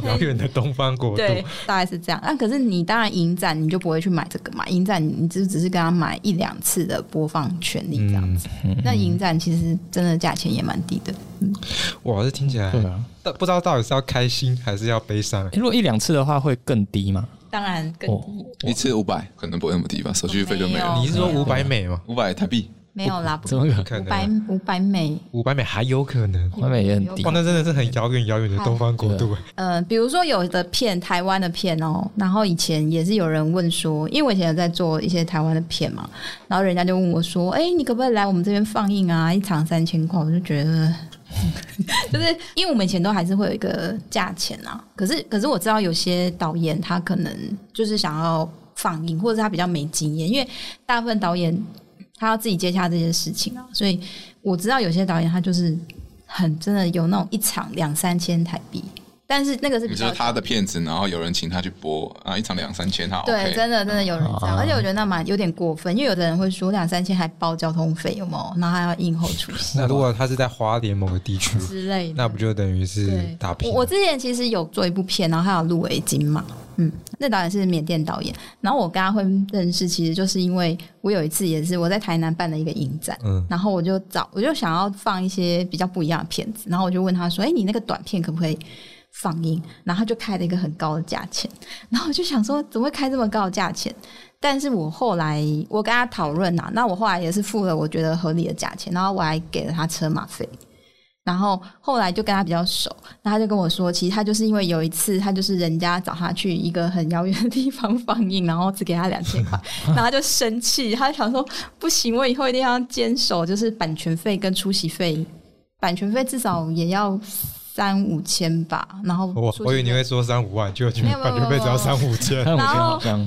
B: 遥远的东方国度，
A: 对，大概是这样。那、可是你当然影展你就不会去买这个嘛，影展你就只是跟他买一两次的播放权利这样
B: 嗯
A: 子。，那影展其实真的价钱也蛮低的，
B: 哇，这听起来
D: 对啊，
B: 但不知道到底是要开心还是要悲伤
D: 诶。如果一两次的话会更低吗？
A: 当然更
D: 哦
A: 低。
C: 一次五百，可能不会那么低吧，手续费就没
A: 没有
C: 了。
B: 你是说五百美吗？
C: 五百台币，
A: 没有啦，不
D: 怎么可
B: 可能
A: 五
D: 能
A: 百
B: 啊
A: 五百美，
B: 五百美还有可能，
D: 外面也很低
B: 哇，，那真的是很遥远遥远的东方国度。
A: 呃，比如说有的片，台湾的片哦，然后以前也是有人问说，因为我以前有在做一些台湾的片嘛，然后人家就问我说，哎、你可不可以来我们这边放映啊？一场三千块，我就觉得。 就是因为我们以前都还是会有一个价钱啊，可是可是我知道有些导演他可能就是想要放映，或者是他比较没经验，因为大部分导演他要自己接洽这些事情啊，所以我知道有些导演他就是很真的有那种一场两三千台币，但是那个是比
C: 你
A: 较
C: 说他的片子，然后有人请他去播啊，一场两三千，他 OK。
A: 对，真的真的有人这样，
D: 啊
A: 而且我觉得那蛮有点过分，因为有的人会说两三千还包交通费，有没有？然后还要应后出席
B: 那如果他是在花莲某个地区，
A: 之类的
B: 那。不就等于是
A: 对
B: 打，
A: 我
B: 平？
A: 我之前其实有做一部片，然后还有入围金马，嗯，那导演是缅甸导演，然后我跟他会认识，其实就是因为我有一次也是我在台南办了一个影展，
B: 嗯，
A: 然后我就找，我就想要放一些比较不一样的片子，然后我就问他说：“哎、你那个短片可不可以放映？”然后他就开了一个很高的价钱，然后我就想说，怎么会开这么高的价钱？但是我后来我跟他讨论呐，那我后来也是付了我觉得合理的价钱，然后我还给了他车马费。然后后来就跟他比较熟，那他就跟我说，其实他就是因为有一次，他就是人家找他去一个很遥远的地方放映，然后只给他两千 块，然后他就生气，他就想说不行，我以后一定要坚守，就是版权费跟出席费，版权费至少也要三五千吧，然后
B: 我
A: 出席
B: 我以为你
A: 费
B: 会说三五万，结果你
A: 没有没有
B: 感觉费只要三五千。
D: 但我觉得
A: 然后
D: 好像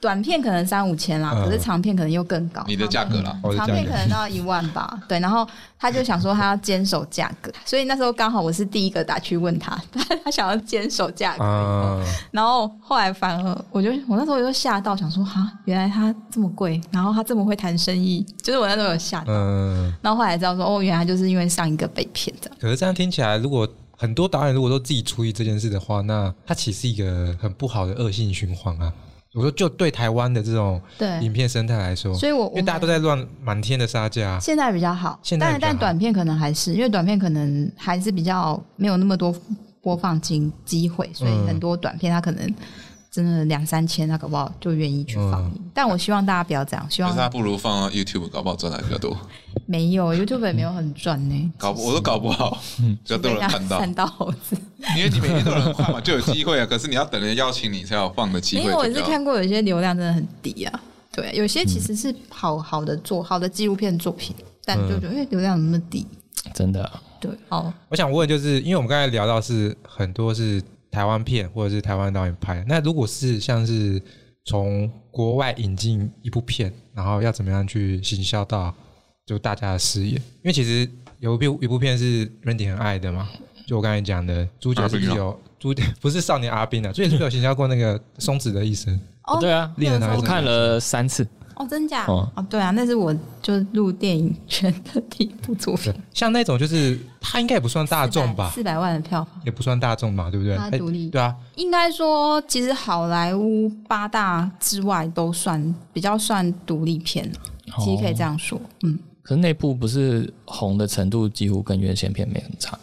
A: 短片可能三五千啦，
B: 嗯
A: 可是长片可能又更高。
C: 你的价格啦，
B: 我的
A: 长
B: 价
A: 片
B: 格
A: 可能到一万吧， 对，然后他就想说他要坚守价格，所以那时候刚好我是第一个打去问他， 他他想要坚守价格，
B: 啊，
A: 然后后来反而我就我那时候就吓到，想说哈，原来他这么贵，然后他这么会谈生意，就是我那时候有吓到，
B: 嗯。
A: 然后后来知道说哦，原来就是因为上一个被骗的，
B: 可是这样听起来，如果很多导演如果都自己处理这件事的话，那它其实是一个很不好的恶性循环啊。我说，就对台湾的这种影
A: 对，
B: 片生态来说，
A: 所以我
B: 因为大家都
A: 在
B: 在乱满天的杀价啊、
A: 现在比较好，
B: 现在
A: 但
B: 比较好
A: 但短片可能还是因为短片可能还是比较没有那么多播放机机会，所以
B: 嗯
A: 很多短片它可能真的两三千，他搞不好就愿意去
B: 嗯
A: 放映。但我希望大家不要这样，希
C: 但是他
A: 望
C: 不如放到 YouTube，搞不好赚的比较多，
A: 没有 YouTube 也没有很赚呢、
C: 搞不我都搞不好，比较多
A: 被
C: 人
A: 人家
C: 看到，
A: 三到猴子，
C: 因为你每天都有人看嘛，就有机会啊。可是你要等人邀请你才有放的机会。
A: 因为我
C: 对
A: 是
C: 不对
A: 看过有些流量真的很低啊，对，有些其实是好好的做好的纪录片作品，但
B: 嗯
A: 就觉得哎、流量怎么那么低？
D: 真的啊
A: 对，好，
B: 我想问，就是因为我们刚才聊到是很多是台湾片或者是台湾导演拍的，那如果是像是从国外引进一部片，然后要怎么样去行销到就大家的视野？因为其实有一部一部片是 Randy 很爱的嘛，就我刚才讲的《猪脚》是不是
C: 阿兵啊
B: 有猪不是少年阿斌啊，猪脚是不是有行销过那个松子的一生？
A: 哦，
D: 对啊，
B: 令人难
D: 我看了三次，
A: 哦，真假？
D: 哦
A: 哦对啊，那是我就入电影圈的第一部作品
B: 对，，像那种就是他应该也不算大众吧，
A: 四百万的票房。
B: 也不算大众吧，对不对？
A: 它
B: 哎
A: 独立
B: 对啊，
A: 应该说，其实好莱坞八大之外都算比较算独立片，其实可以这样说。嗯，
D: 哦可是那部不是红的程度几乎跟原先片没什么 差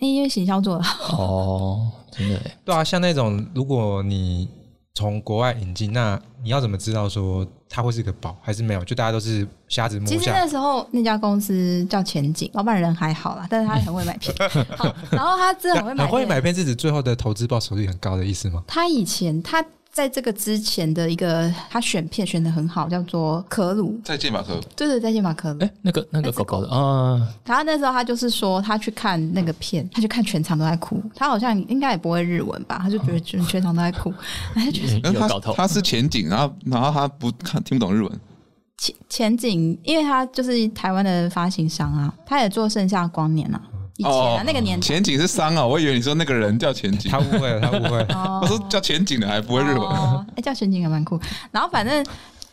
A: 因为行销做的好，
D: 哦，真的耶
B: 对啊，像那种如果你从国外引进，那你要怎么知道说它会是个宝还是没有？就大家都是瞎子摸
A: 其实
B: 象
A: 那，时候那家公司叫前景，老板人还好啦，但是他很会买 片，好然后他真的很会买
B: 很
A: 片，
B: 会买片是指最后的投资报酬率很高的意思 吗？
A: 他以前他在这个之前的一个他选片选的很好，叫做可鲁，
C: 再见吧，可
A: 对对，再见吧可鲁。
D: 哎、那个那个狗狗的啊，
A: 然后那时候他就是说，他去看那个片，他去看全场都在哭。他好像应该也不会日文吧，他就觉得全全场都在哭， 他就觉得
D: 哦有
C: 他
D: 搞头，
C: 他是前景，然后然后他不看听不懂日文，
A: 前前景，因为他就是台湾的发行商啊，他也做盛夏光年啊，以前啊、
C: 哦
A: 那个年代
C: 前景是商啊，我以为你说那个人叫前景
B: 他，误会了，他误会了。
A: 哦
C: 我说叫前景的还不会日文，
A: 哦哎、叫全景也蛮酷。然后反正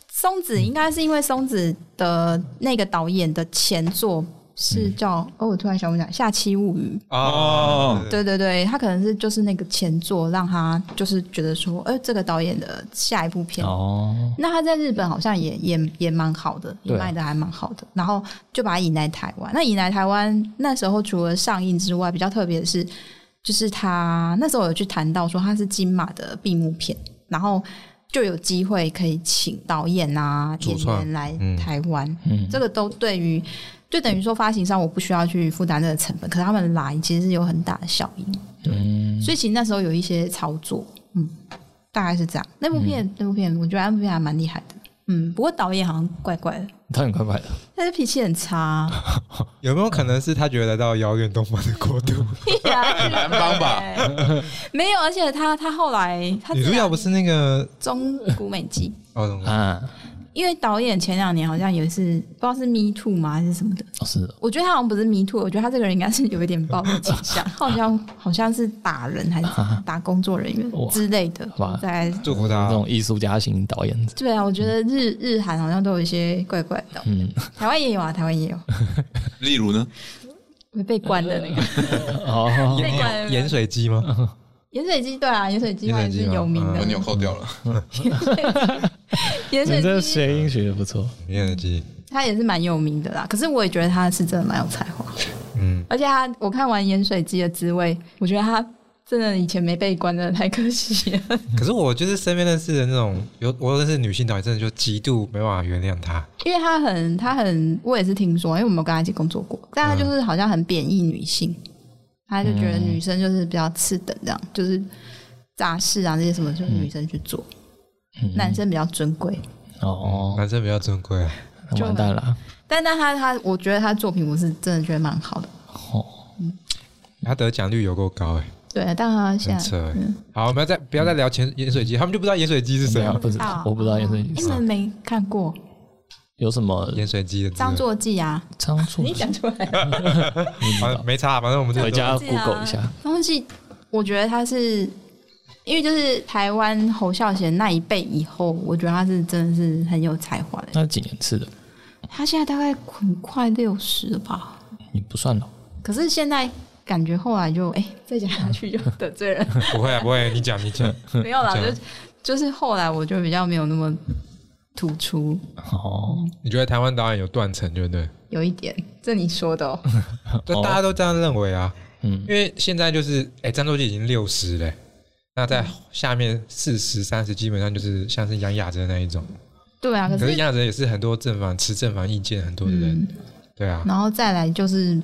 A: 松子应该是因为松子的那个导演的前作是叫、哦，我突然想不起来《下期物语》。
B: 哦，
A: 对对对，他可能是就是那个前作让他就是觉得说，哎、这个导演的下一部片。
D: 哦，
A: 那他在日本好像也也也蛮好的，也
D: 对啊
A: 卖的还蛮好的，然后就把它引来台湾。那引来台湾那时候除了上映之外，比较特别的是，就是他那时候有去谈到说他是金马的闭幕片，然后就有机会可以请导演啊
B: 主
A: 演
B: 创
A: 员来
B: 嗯
A: 台湾，
D: 嗯，
A: 这个都对于就等于说发行商我不需要去负担这个成本，可是他们来其实是有很大的效应。
D: 嗯
A: 所以其实那时候有一些操作，嗯，大概是这样。那部片，
D: 嗯
A: 那部片，我觉得那部片还蛮厉害的，嗯。不过导演好像怪怪的，
D: 他很快快的，
A: 但是脾气很差，
B: 有没有可能是他觉得来到遥远东方的国度？
A: 哦
C: 很难帮吧？
A: 没有，而且他他后来他
B: 女主角不是那个
A: 中古美姬，
B: 哦，懂了
D: 啊，
A: 因为导演前两年好像也是不知道是 Me Too 吗还是什么的，
D: 哦是哦
A: 我觉得他好像不是 Me Too，我觉得他这个人应该是有一点暴力倾 向，他好像好像是打人还是怎么打工作人员
D: 哇
A: 之类的
D: 哇，
A: 在。
B: 祝福
D: 啊这
B: 他。
D: 种艺术家型导演，
A: 对啊，我觉得日日韩好像都有一些怪怪的，
D: 嗯，
A: 台湾也有啊，台湾也有。
C: 例如呢，
A: 会被关的那个
D: 哦，
A: 被关的
B: 盐水鸡
D: 嗯
B: 吗？
A: 盐水鸡，对啊，盐水鸡还是有名
B: 嗯
C: 我
A: 的。
C: 纽扣掉了，
A: 盐
D: 你这
A: 水鸡
D: 谐音学的不错，
B: 盐水鸡，
A: 它也是蛮有名的啦，可是我也觉得他是真的蛮有才华，
B: 嗯，
A: 而且他我看完盐水鸡的滋味，我觉得他真的以前没被关真的 太可惜了。
B: 可是我就是身边认识的那种有我认识的女性导演，真的就极度没办法原谅她。
A: 因为他很，他很，我也是听说，因为我们跟他一起工作过，但他就是好像很贬义女性，他就觉得女生就是比较次等，这样就是杂事啊这些什么，就是女生去做，男生比较尊贵。
D: 嗯哦，
B: 男生比较尊贵啊，
D: 那完蛋了，
A: 但但他他，我觉得他作品我是真的觉得蛮好的，
D: 哦
B: 她得奖率有够高哎。
A: 对，但他现
B: 很
A: 在
B: 扯欸、
A: 嗯
B: 好，我们要再不要再聊潜盐水鸡，他们就不知道盐水鸡是谁
D: 对
B: 啊
D: 啊，不知
A: 哦
D: 道，我不知道也是
A: 你们没看过
D: 有什么
B: 盐水鸡的字
A: 张作骥 啊？
D: 仓促，
A: 你讲出来，
B: 反正没差，反正我们这
D: 回家
A: 这样
D: Google 一下，
A: 张作骥，我觉得他是因为就是台湾侯孝贤那一辈以后，我觉得他是真的是很有才华的。
D: 那是几年次的，
A: 他现在大概很快六十了吧，
D: 你不算老，
A: 可是现在感觉后来就哎、再讲下去就得罪 人，
B: 不会啊，不会，你讲你 讲，
A: 没有啦，
B: 这样
A: 就就是后来我就比较没有那么突出，
D: 哦，
B: 你觉得台湾导演有断层，对不对？
A: 有一点，这你说 的哦、
B: 就
D: 哦
B: 大家都这样认为啊，
D: 嗯
B: 因为现在就是，哎、张作骥已经六十嘞，那在下面四十、三十，基本上就是像是杨雅哲那一种。
A: 对啊，可
B: 可是
A: 是
B: 杨雅哲也是很多正反持正反意见很多的人，
A: 嗯，
B: 对啊。
A: 然后再来就是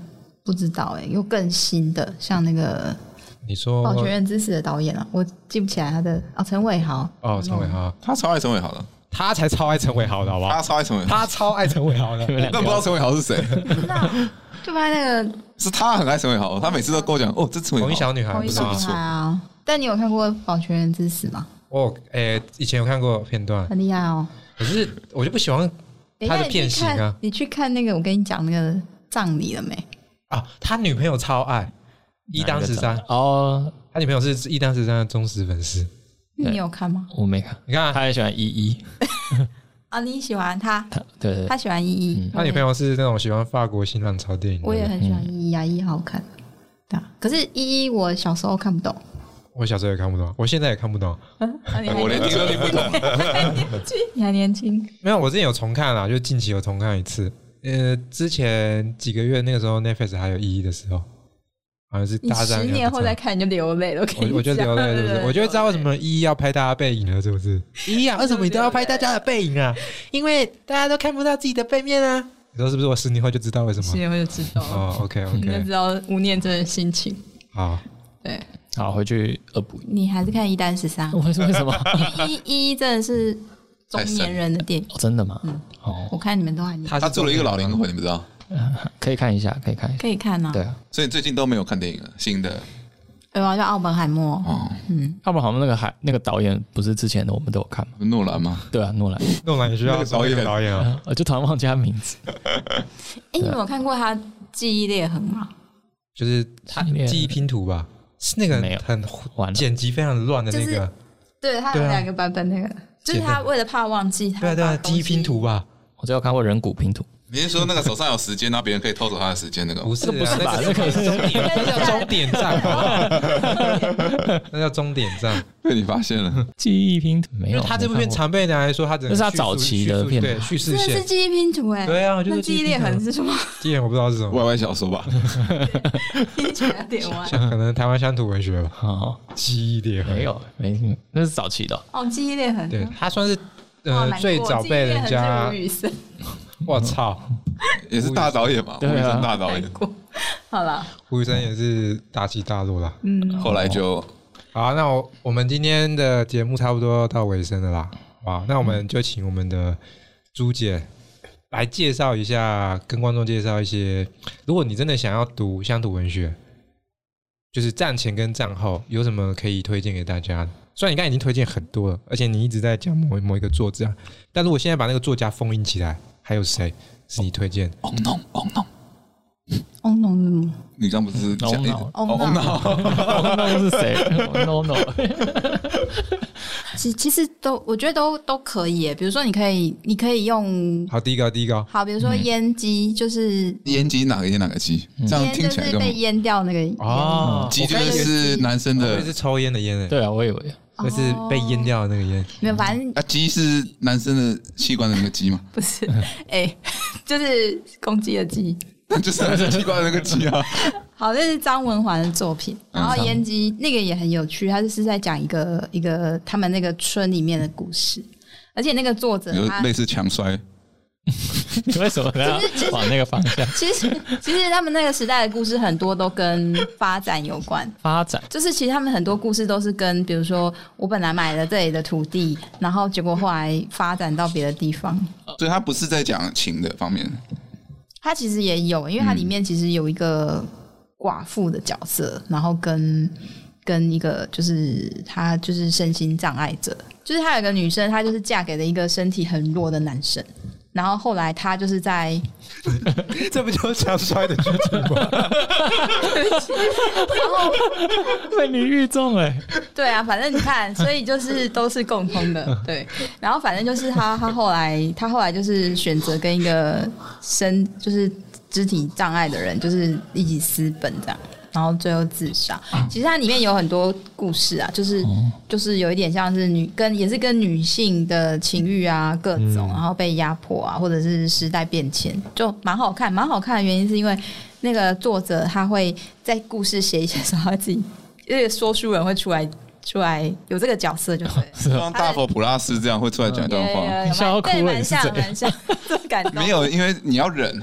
A: 不知道哎、有更新的，像那个
B: 你
A: 《
B: 说
A: 保全人之死》的导演啊，我记不起来他的哦，陈伟豪，
B: 哦，陈伟
A: 嗯
B: 豪，
C: 他超爱陈伟豪的，
B: 他才超爱陈伟豪的好不
C: 他
B: 好？
C: 超爱陈伟豪，
B: 他超爱陈伟豪的
D: 你，们两
C: 但
D: 个
C: 不知道陈伟豪是谁，
A: 那就拍那个
C: 是他很爱陈伟豪，他每次都跟我讲，哦，这陈
B: 红
C: 伟
B: 衣
C: 豪，
B: 小女孩
A: 红衣
B: 不是
A: 小
B: 吗
A: 女？孩啊。但你有看过《保全人之死》吗？
B: 哦，诶，以前有看过片段，
A: 很厉害哦。
B: 可是我就不喜欢
A: 等一
B: 他
A: 下
B: 的片型啊
A: 你去看，你去看那个我跟你讲那个葬礼了没？
B: 啊。他女朋友超爱一当十三，
D: 哦，
B: 他女朋友是一当十三的忠实粉丝。
A: 你有看吗？
D: 我没看，
B: 你看
D: 他
B: 啊
D: 很喜欢依依，
A: 啊，你喜欢他，
D: 他对对对，
A: 他喜欢依依，
B: 嗯他女朋友是那种喜欢法国新浪潮电影的
A: 我也
B: 人，
A: 很喜欢依依啊，依依好看。对啊，可是依依我小时候看不懂，
B: 我小时候也看不懂，我现在也看不懂。
A: 啊
B: 哎
A: 你还
C: 哎我连听都听不懂。
A: 你还年轻，
B: 没有，我之前有重看啦，就近期有重看一次。呃，之前几个月那个时候 Netflix 还有意义的时候，好像是
A: 你
B: 大战
A: 十年后再看你就流泪了。
B: 我我就流泪，是不是？我就会知道为什么一要拍大家背影了，是不是？一啊，为什么你都要拍大家的背影啊？因为大家都看不到自己的背面啊。你说是不是？我十年后就知道为什
A: 十
B: 么？
A: 年后就知道了，
B: 哦，OK
A: 你就
B: OK，
A: 知道吴念真的心情。
B: 好，
A: 对
D: 好回去恶补。
A: 你还是看一单十三，
D: 为什为什么？
A: 一一真的是中年人的电影，
D: 哦真的吗？哦，
A: 我看你们都还年
B: 他
C: 他做了一个老灵
B: 魂，
C: 魂，你不知道？
A: 嗯
D: 可以看一下，可以看一下。
A: 可以看啊。
D: 对啊，
C: 所以你最近都没有看电影了，新的
A: 对啊，叫奥本海默，
C: 哦，
D: 要不然好像那个海那个导演不是之前的我们都有看吗？
C: 诺兰吗？
D: 对啊，诺兰，
B: 诺兰也需
C: 那
B: 要
C: 个导演
B: 那个导演啊。
D: 我就突然忘记他名字。
A: 哎、你们有看过他《记忆裂痕》吗？
B: 就是他
D: 系列
B: 记忆拼图吧，是那个
D: 没有
B: 很
D: 完了
B: 剪辑非常乱的那
A: 就是
B: 个，
A: 对，他有
B: 对啊
A: 两个版本，那个、就是
B: 简单
A: 他为了怕忘记，他
B: 对啊对啊，
A: 把东
B: 记
A: 西
B: 忆拼图吧，
D: 我只有看过人骨拼图，
C: 你是说那个手上有时间，那别人可以偷走他的时间那个吗？
B: 不是
D: 这个不是吧
B: 啊
D: 这个
B: 是终点那叫终点站，好不好那叫终点站。
C: 被你发现 了，
D: 记忆拼图没
B: 因
D: 有。
B: 为他这部片
D: 没看过
B: 常被拿来说，他整个
D: 那是他
B: 叙述
D: 早期的
B: 叙述
D: 片吧
B: 对叙事
A: 真的是
B: 线，
A: 记忆拼图哎、
B: 对啊，就
A: 那
B: 是
A: 记忆裂痕是什么？
B: 第一眼我不知道是什么，
C: 歪歪小 说吧，
A: 听起来有点歪。
B: 像可能台湾乡土文学吧，
D: 哦，
B: 记忆裂痕
D: 嗯没。有，没听过，那是早期的哦。
A: 哦，记忆裂痕。
B: 对他算是
A: 哇
B: 呃
A: 难过
B: 最早被人家
A: 记忆裂痕是吴，宇森
B: 我操，
C: 也是大导演嘛，
D: 对啊
C: 吴宇森大导
A: 难
C: 演，
A: 过。好了，
B: 胡宇森也是大起大落啦。
C: 后来就
B: 嗯好，那我我们今天的节目差不多到尾声了啦，哇，那我们就请我们的朱姐来介绍一下，跟观众介绍一些，如果你真的想要读乡土文学，就是战前跟战后有什么可以推荐给大家的？虽然你刚才已经推荐很多了，而且你一直在讲某某一个作家，但如果现在把那个作家封印起来，还有谁是你推荐？
C: 哦 no oh no，
A: 哦，no，
C: 你刚不是讲
D: Oh no
C: 哦 oh no，
D: 哦 no 是 谁哦？No no，
A: 其其实都我觉得都都可以耶。比如说，你可以你可以用
B: 好，第一个，哦第一个，
A: 好，比如说阉鸡，就是
C: 阉鸡哪个阉哪个鸡？这样
A: 阉
C: 听
A: 就
C: 起来
A: 是
C: 就
A: 被阉掉那个
B: 哦
C: 鸡
B: 嗯我
C: 就
B: 刚才以为
C: 是男生
B: 我以为
C: 的
B: 是，抽烟的烟诶，
D: 对啊，我以为
B: 那是被淹掉的那个烟。
A: 没有，反正
C: 啊鸡是男生的器官的那个鸡嘛，
A: 不是，哎、就是公鸡的鸡。
C: 那 就是男生器官的那个鸡啊。
A: 好，这是张文环的作品，然后
D: 嗯
A: 延吉那个也很有趣，他就是在讲一个一个他们那个村里面的故事，而且那个作者
C: 有
A: 他
C: 类似强摔，
D: 为什么要往那个方向
A: 其实其实他们那个时代的故事很多都跟发展有关，
D: 发展？
A: 就是其实他们很多故事都是跟比如说我本来买了这里的土地，然后结果后来发展到别的地方，
B: 哦
C: 所以他不是在讲情的方面，
A: 它其实也有，因为它里面其实有一个寡妇的角色，然后跟跟一个就是她就是身心障碍者，就是她有个女生，她就是嫁给了一个身体很弱的男生，然后后来她就是在
B: 这不就是强摔的剧情吗？
D: 被你遇中哎，
A: 对啊，反正你看，所以就是都是共通的，对。然后反正就是他，他后来他后来就是选择跟一个身就是肢体障碍的人，就是一起私奔这样，然后最后自杀。其实它里面有很多故事啊，就是就是有一点像是女跟也是跟女性的情欲啊各种，然后被压迫啊，或者是时代变迁，就蛮好看，蛮好看的原因是因为那个作者他会在故事写一写的时候，他自己。因为说书人会出来出来有这个角色就对了。
B: 啊
D: 是吧？
C: 像大佛普拉斯这样会突然讲一段话，
A: 有
D: 笑到
A: 蛮对
D: 哭了
A: 蛮
D: 你是
A: 像
D: 怎
A: 蛮像，这么感动。
C: 没，有，因为你要忍，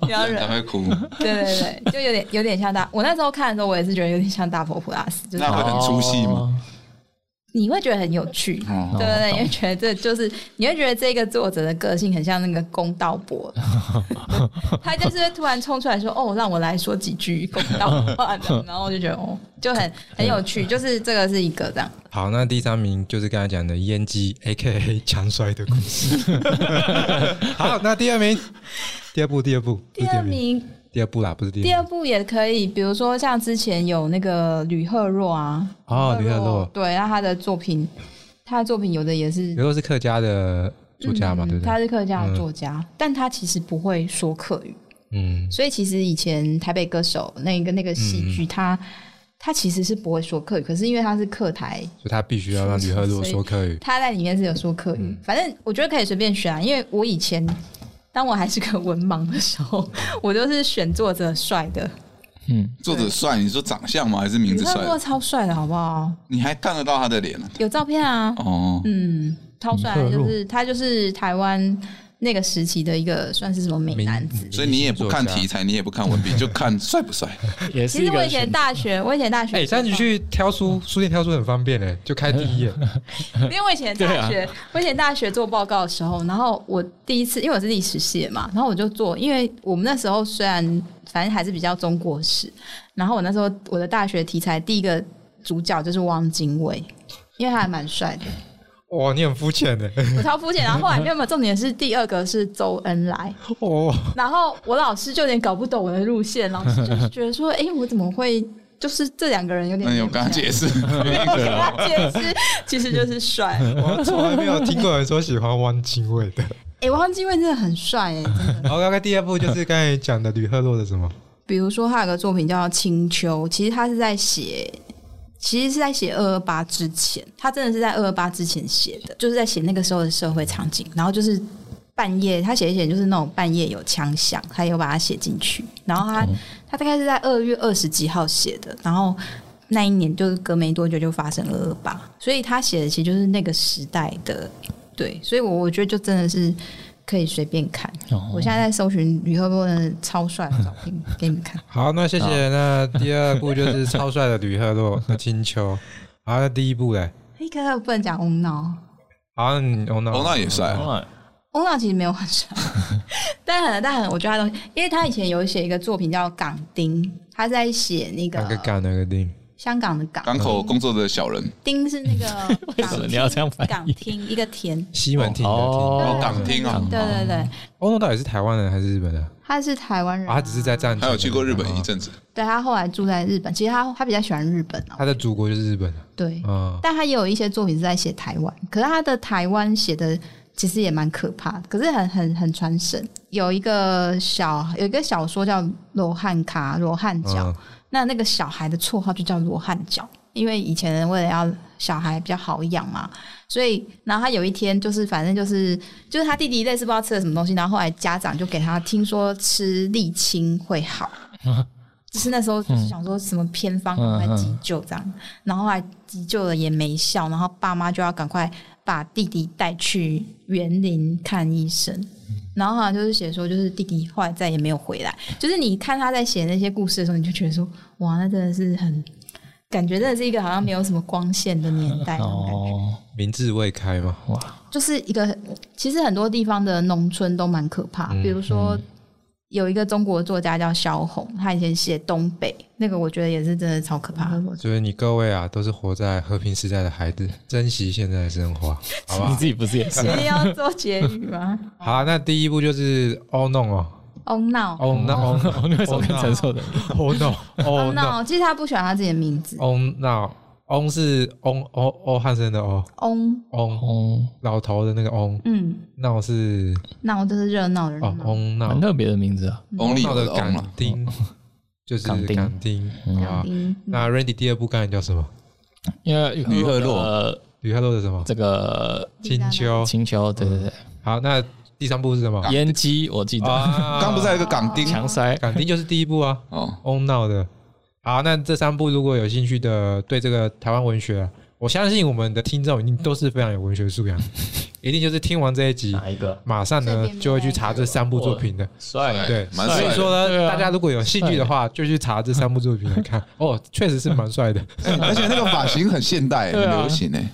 A: 不要
C: 才
A: 忍。
C: 会哭，
A: 对对对，就有点有点像大。我那时候看的时候，我也是觉得有点像大佛普拉斯，就是
D: 哦
C: 那会很出戏吗？
A: 你会觉得很有趣。
C: 哦
A: 对对对，
D: 懂
A: 你会觉得这就是，你会觉得这个作者的个性很像那个公道伯，他就是会突然冲出来说：“哦，让我来说几句公道话的。”然后我就觉得哦，就很很有趣，就是这个是一个这样。
B: 好，那第三名就是刚才讲的烟机 A K A 强摔的故事。 好，那第二名，第二部，第二部，不
A: 第
B: 是
A: 二，名
B: 第二部啦，不是第
A: 第
B: 一
A: 二
B: 名
A: 部也可以，比如说像之前有那个吕赫若啊，
B: 哦，吕赫洛，
A: 对，那他的作品，他的作品有的也是
B: 吕赫洛是客家的作家嘛，
A: 嗯
B: 对不嗯
A: 他
B: 对？
A: 是客家的作家，但他其实不会说客语，
B: 嗯，
A: 所以其实以前台北歌手那个那个戏剧，他他其实是不会说客语，可是因为他是客台，
B: 所以他必须要让吕赫洛说客语。
A: 他在里面是有说客语，
B: 嗯
A: 反正我觉得可以随便选啊，因为我以前。当我还是个文盲的时候，
B: 嗯
A: 我就是选作者帅的，
D: 嗯，
C: 作者帅，你说长相吗？还是名
A: 你
C: 字
A: 看过
C: 帅？
A: 超帅的好不好？
C: 你还看得到他的脸啊
A: 有照片啊，
C: 哦，
A: 嗯，超帅
D: 李，赫
A: 就
D: 若
A: 是他就是台湾那个时期的一个算是什么美
B: 名
A: 男子。
C: 所以你也不看。
B: 名
C: 题
B: 作家
C: 材，你也不看文笔，就看帅 不帅。
D: 也
A: 其
D: 是一
A: 实我
D: 个
A: 以前
D: 选
A: 大学，我以前大学，
B: 哎，这样你，去挑
A: 嗯
B: 书，书店挑书很方便嘞，就开第一 页。
A: 因为我以前大学，我以前大学做报告的时候，然
D: 啊
A: 后我第一次，因为我是历史系的嘛，然后我就做，因为我们那时候虽然反正还是比较中国史，然后我那时候我的大学题材第一个主角就是汪精卫，因为他还蛮帅的，
B: 哇，你很肤浅 的。
A: 我超肤浅。然后后来没有，没有重点是第二个是周恩来，
B: 哦，
A: 然后我老师就有点搞不懂我的路线，老师就是觉得说，哎、我怎么会就是这两个人有点
C: 那嗯你有跟他解释？
A: 我 跟他解释，其实就是帅。
B: 我从来没有听过人说喜欢汪精卫的。
A: 哎、汪精卫真的很帅哎、真的。
B: 然后刚刚第二部就是刚才讲的吕赫洛的什么？
A: 比如说他有个作品叫《青丘》，其实他是在写。其实是在写二二八之前，他真的是在二二八之前写的，就是在写那个时候的社会场景。然后就是半夜，他写一写就是那种半夜有枪响，他有把它写进去。然后他、他大概是在二月二十几号写的，然后那一年就是隔没多久就发生二二八，所以他写的其实就是那个时代的对，所以我我觉得就真的是可以随便看。
D: 哦
A: 我现在在搜寻吕赫波的超帅的照片给你们看，
B: 好，那谢谢。那第二部就是超帅的吕赫洛和青丘。好，那第一部嘞？
A: 哎，可是不能讲翁闹，
B: 好，你欧娜，
C: 哦，那也帅啊。
D: 哦
A: 翁闹其实没有很帅， 但很但很，我觉得他东西，因为他以前有写一个作品叫《港丁》，他是在写那
B: 哪个
A: 个
B: 干哪个定？
A: 香港的港，
C: 港口工作的小人，
A: 丁是那 个
D: 什么
A: 港
D: 你要这样翻
A: 港
D: 译
A: 厅一个田，
B: 西门町
D: 哦
B: 的
C: 哦
B: 町。，
C: 港厅啊，
A: 对对对，
B: 欧娜到底是台湾人还是日本人？啊，
A: 他是台湾人啊、
B: 他只是在战，
C: 还嗯有去过日本一，阵子，
A: 对他后来住在日本，其实他他比较喜欢日本啊
B: 嗯他，的祖国就是日本。
A: 对，
B: 嗯，
A: 但他也有一些作品是在写台湾，可是他的台湾写的其实也蛮可怕的，可是很很很传神。有一个小有一个小说叫《罗汉卡》《罗汉脚》
B: 嗯
A: 那那个小孩的绰号就叫罗汉脚，因为以前人为了要小孩比较好养嘛，所以然后他有一天就是反正就是就是他弟弟类似不知道吃了什么东西，然后后来家长就给他听说吃沥青会好，就是那时候就是想说什么偏方赶快急救这样，然后后来急救了也没效，然后爸妈就要赶快把弟弟带去园林看医生。然后好像就是写说，就是弟弟后来再也没有回来。就是你看他在写那些故事的时候，你就觉得说，哇，那真的是很感觉，真的是一个好像没有什么光线的年代那种感觉。
D: 哦，
B: 明智未开嘛。
D: 哇，
A: 就是一个，其实很多地方的农村都蛮可怕，
B: 嗯
A: 比如说。有一个中国作家叫萧红，他以前写东北那个，我觉得也是真的超可怕 的。
B: 所以你各位啊，都是活在和平时代的孩子，珍惜现在的生活，好不
D: 你
B: 好？
D: 自己不是 也是
A: 一？定要做结语吗？
C: 嗯
B: 好，那第一部就是哦 no 哦
A: 哦 no，
B: 哦那哦 no
D: 哦，你为什么跟陈硕的？
B: 哦 no
A: 哦
B: 哦 no
A: no，其实他不喜欢他自己的名字。
B: 哦 no 翁是翁哦哦汉森的哦
A: 翁，
B: 翁
D: 哦，
B: 老头的那个翁，
A: 嗯，
B: 闹是
A: 闹就是热闹的热
B: 哦
A: 闹。
B: 翁闹
D: 蛮特别的名字啊。
A: 嗯
C: only
B: 闹
C: 有
B: 的
C: 的哦 on
B: 港
C: 了。
B: 丁， 就是
D: 港丁
B: 港丁啊
A: 港。丁嗯
B: 那 Randy 第二部刚才叫什么？
D: 因为
C: 吕赫洛
D: 呃
B: 吕赫洛的什么？
D: 这个
B: 金秋。
D: 青丘，对对对，
B: 好，那第三部是什么？
D: 烟机我记得，
B: 啊，
C: 刚不是还有一个港丁
D: 强塞
B: 港丁就是第一部啊。
C: 哦，
B: 翁闹的。好，那这三部如果有兴趣的，对这个台湾文学啊我相信我们的听众一定都是非常有文学素养，一定就是听完这一集，
D: 哪一个？
B: 马上
A: 这
B: 呢
A: 边
B: 就会去查这三部作品的。
D: 帅
B: 对，
C: 哎蛮
B: 所
C: 帅
B: 以
C: 的
B: 说
D: 对
B: 呢，
D: 啊
B: 大家如果有兴趣的话，就去查这三部作品来 看。哦，确实是蛮帅的。
C: 哎而且那个发型很现代，很
D: 对啊
C: 流行诶。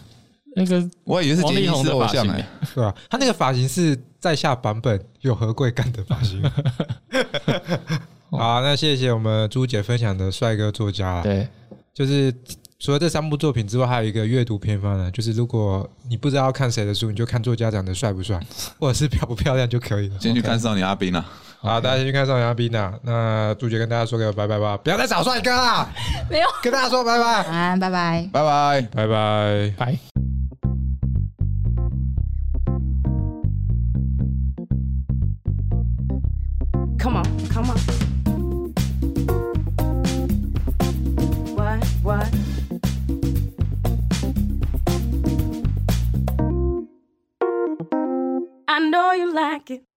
D: 那个
C: 我以为是杰尼斯偶
D: 王力宏的发
C: 像哎
D: 型，欸
B: 对吧、他那个发型是在下版本有何贵干的发 型。好啊、那谢谢我们朱姐分享的帅哥作家啦。
D: 对
B: 就是除了这三部作品之外，还有一个阅读偏方呢，就是如果你不知道要看谁的书，你就看作家长得帅不帅，或者是漂不漂亮就可以了。
C: 先去看少年阿斌啊。
B: 好，大家先去看《少年阿宾》呐。那朱姐跟大家说个拜拜吧，不要再找帅哥啦，
A: 没有，
B: 跟大家说拜拜，
A: 晚安，拜拜。
C: 拜拜。
B: 拜拜。
D: 拜。
E: Come on, come on. What, what? I know you like it.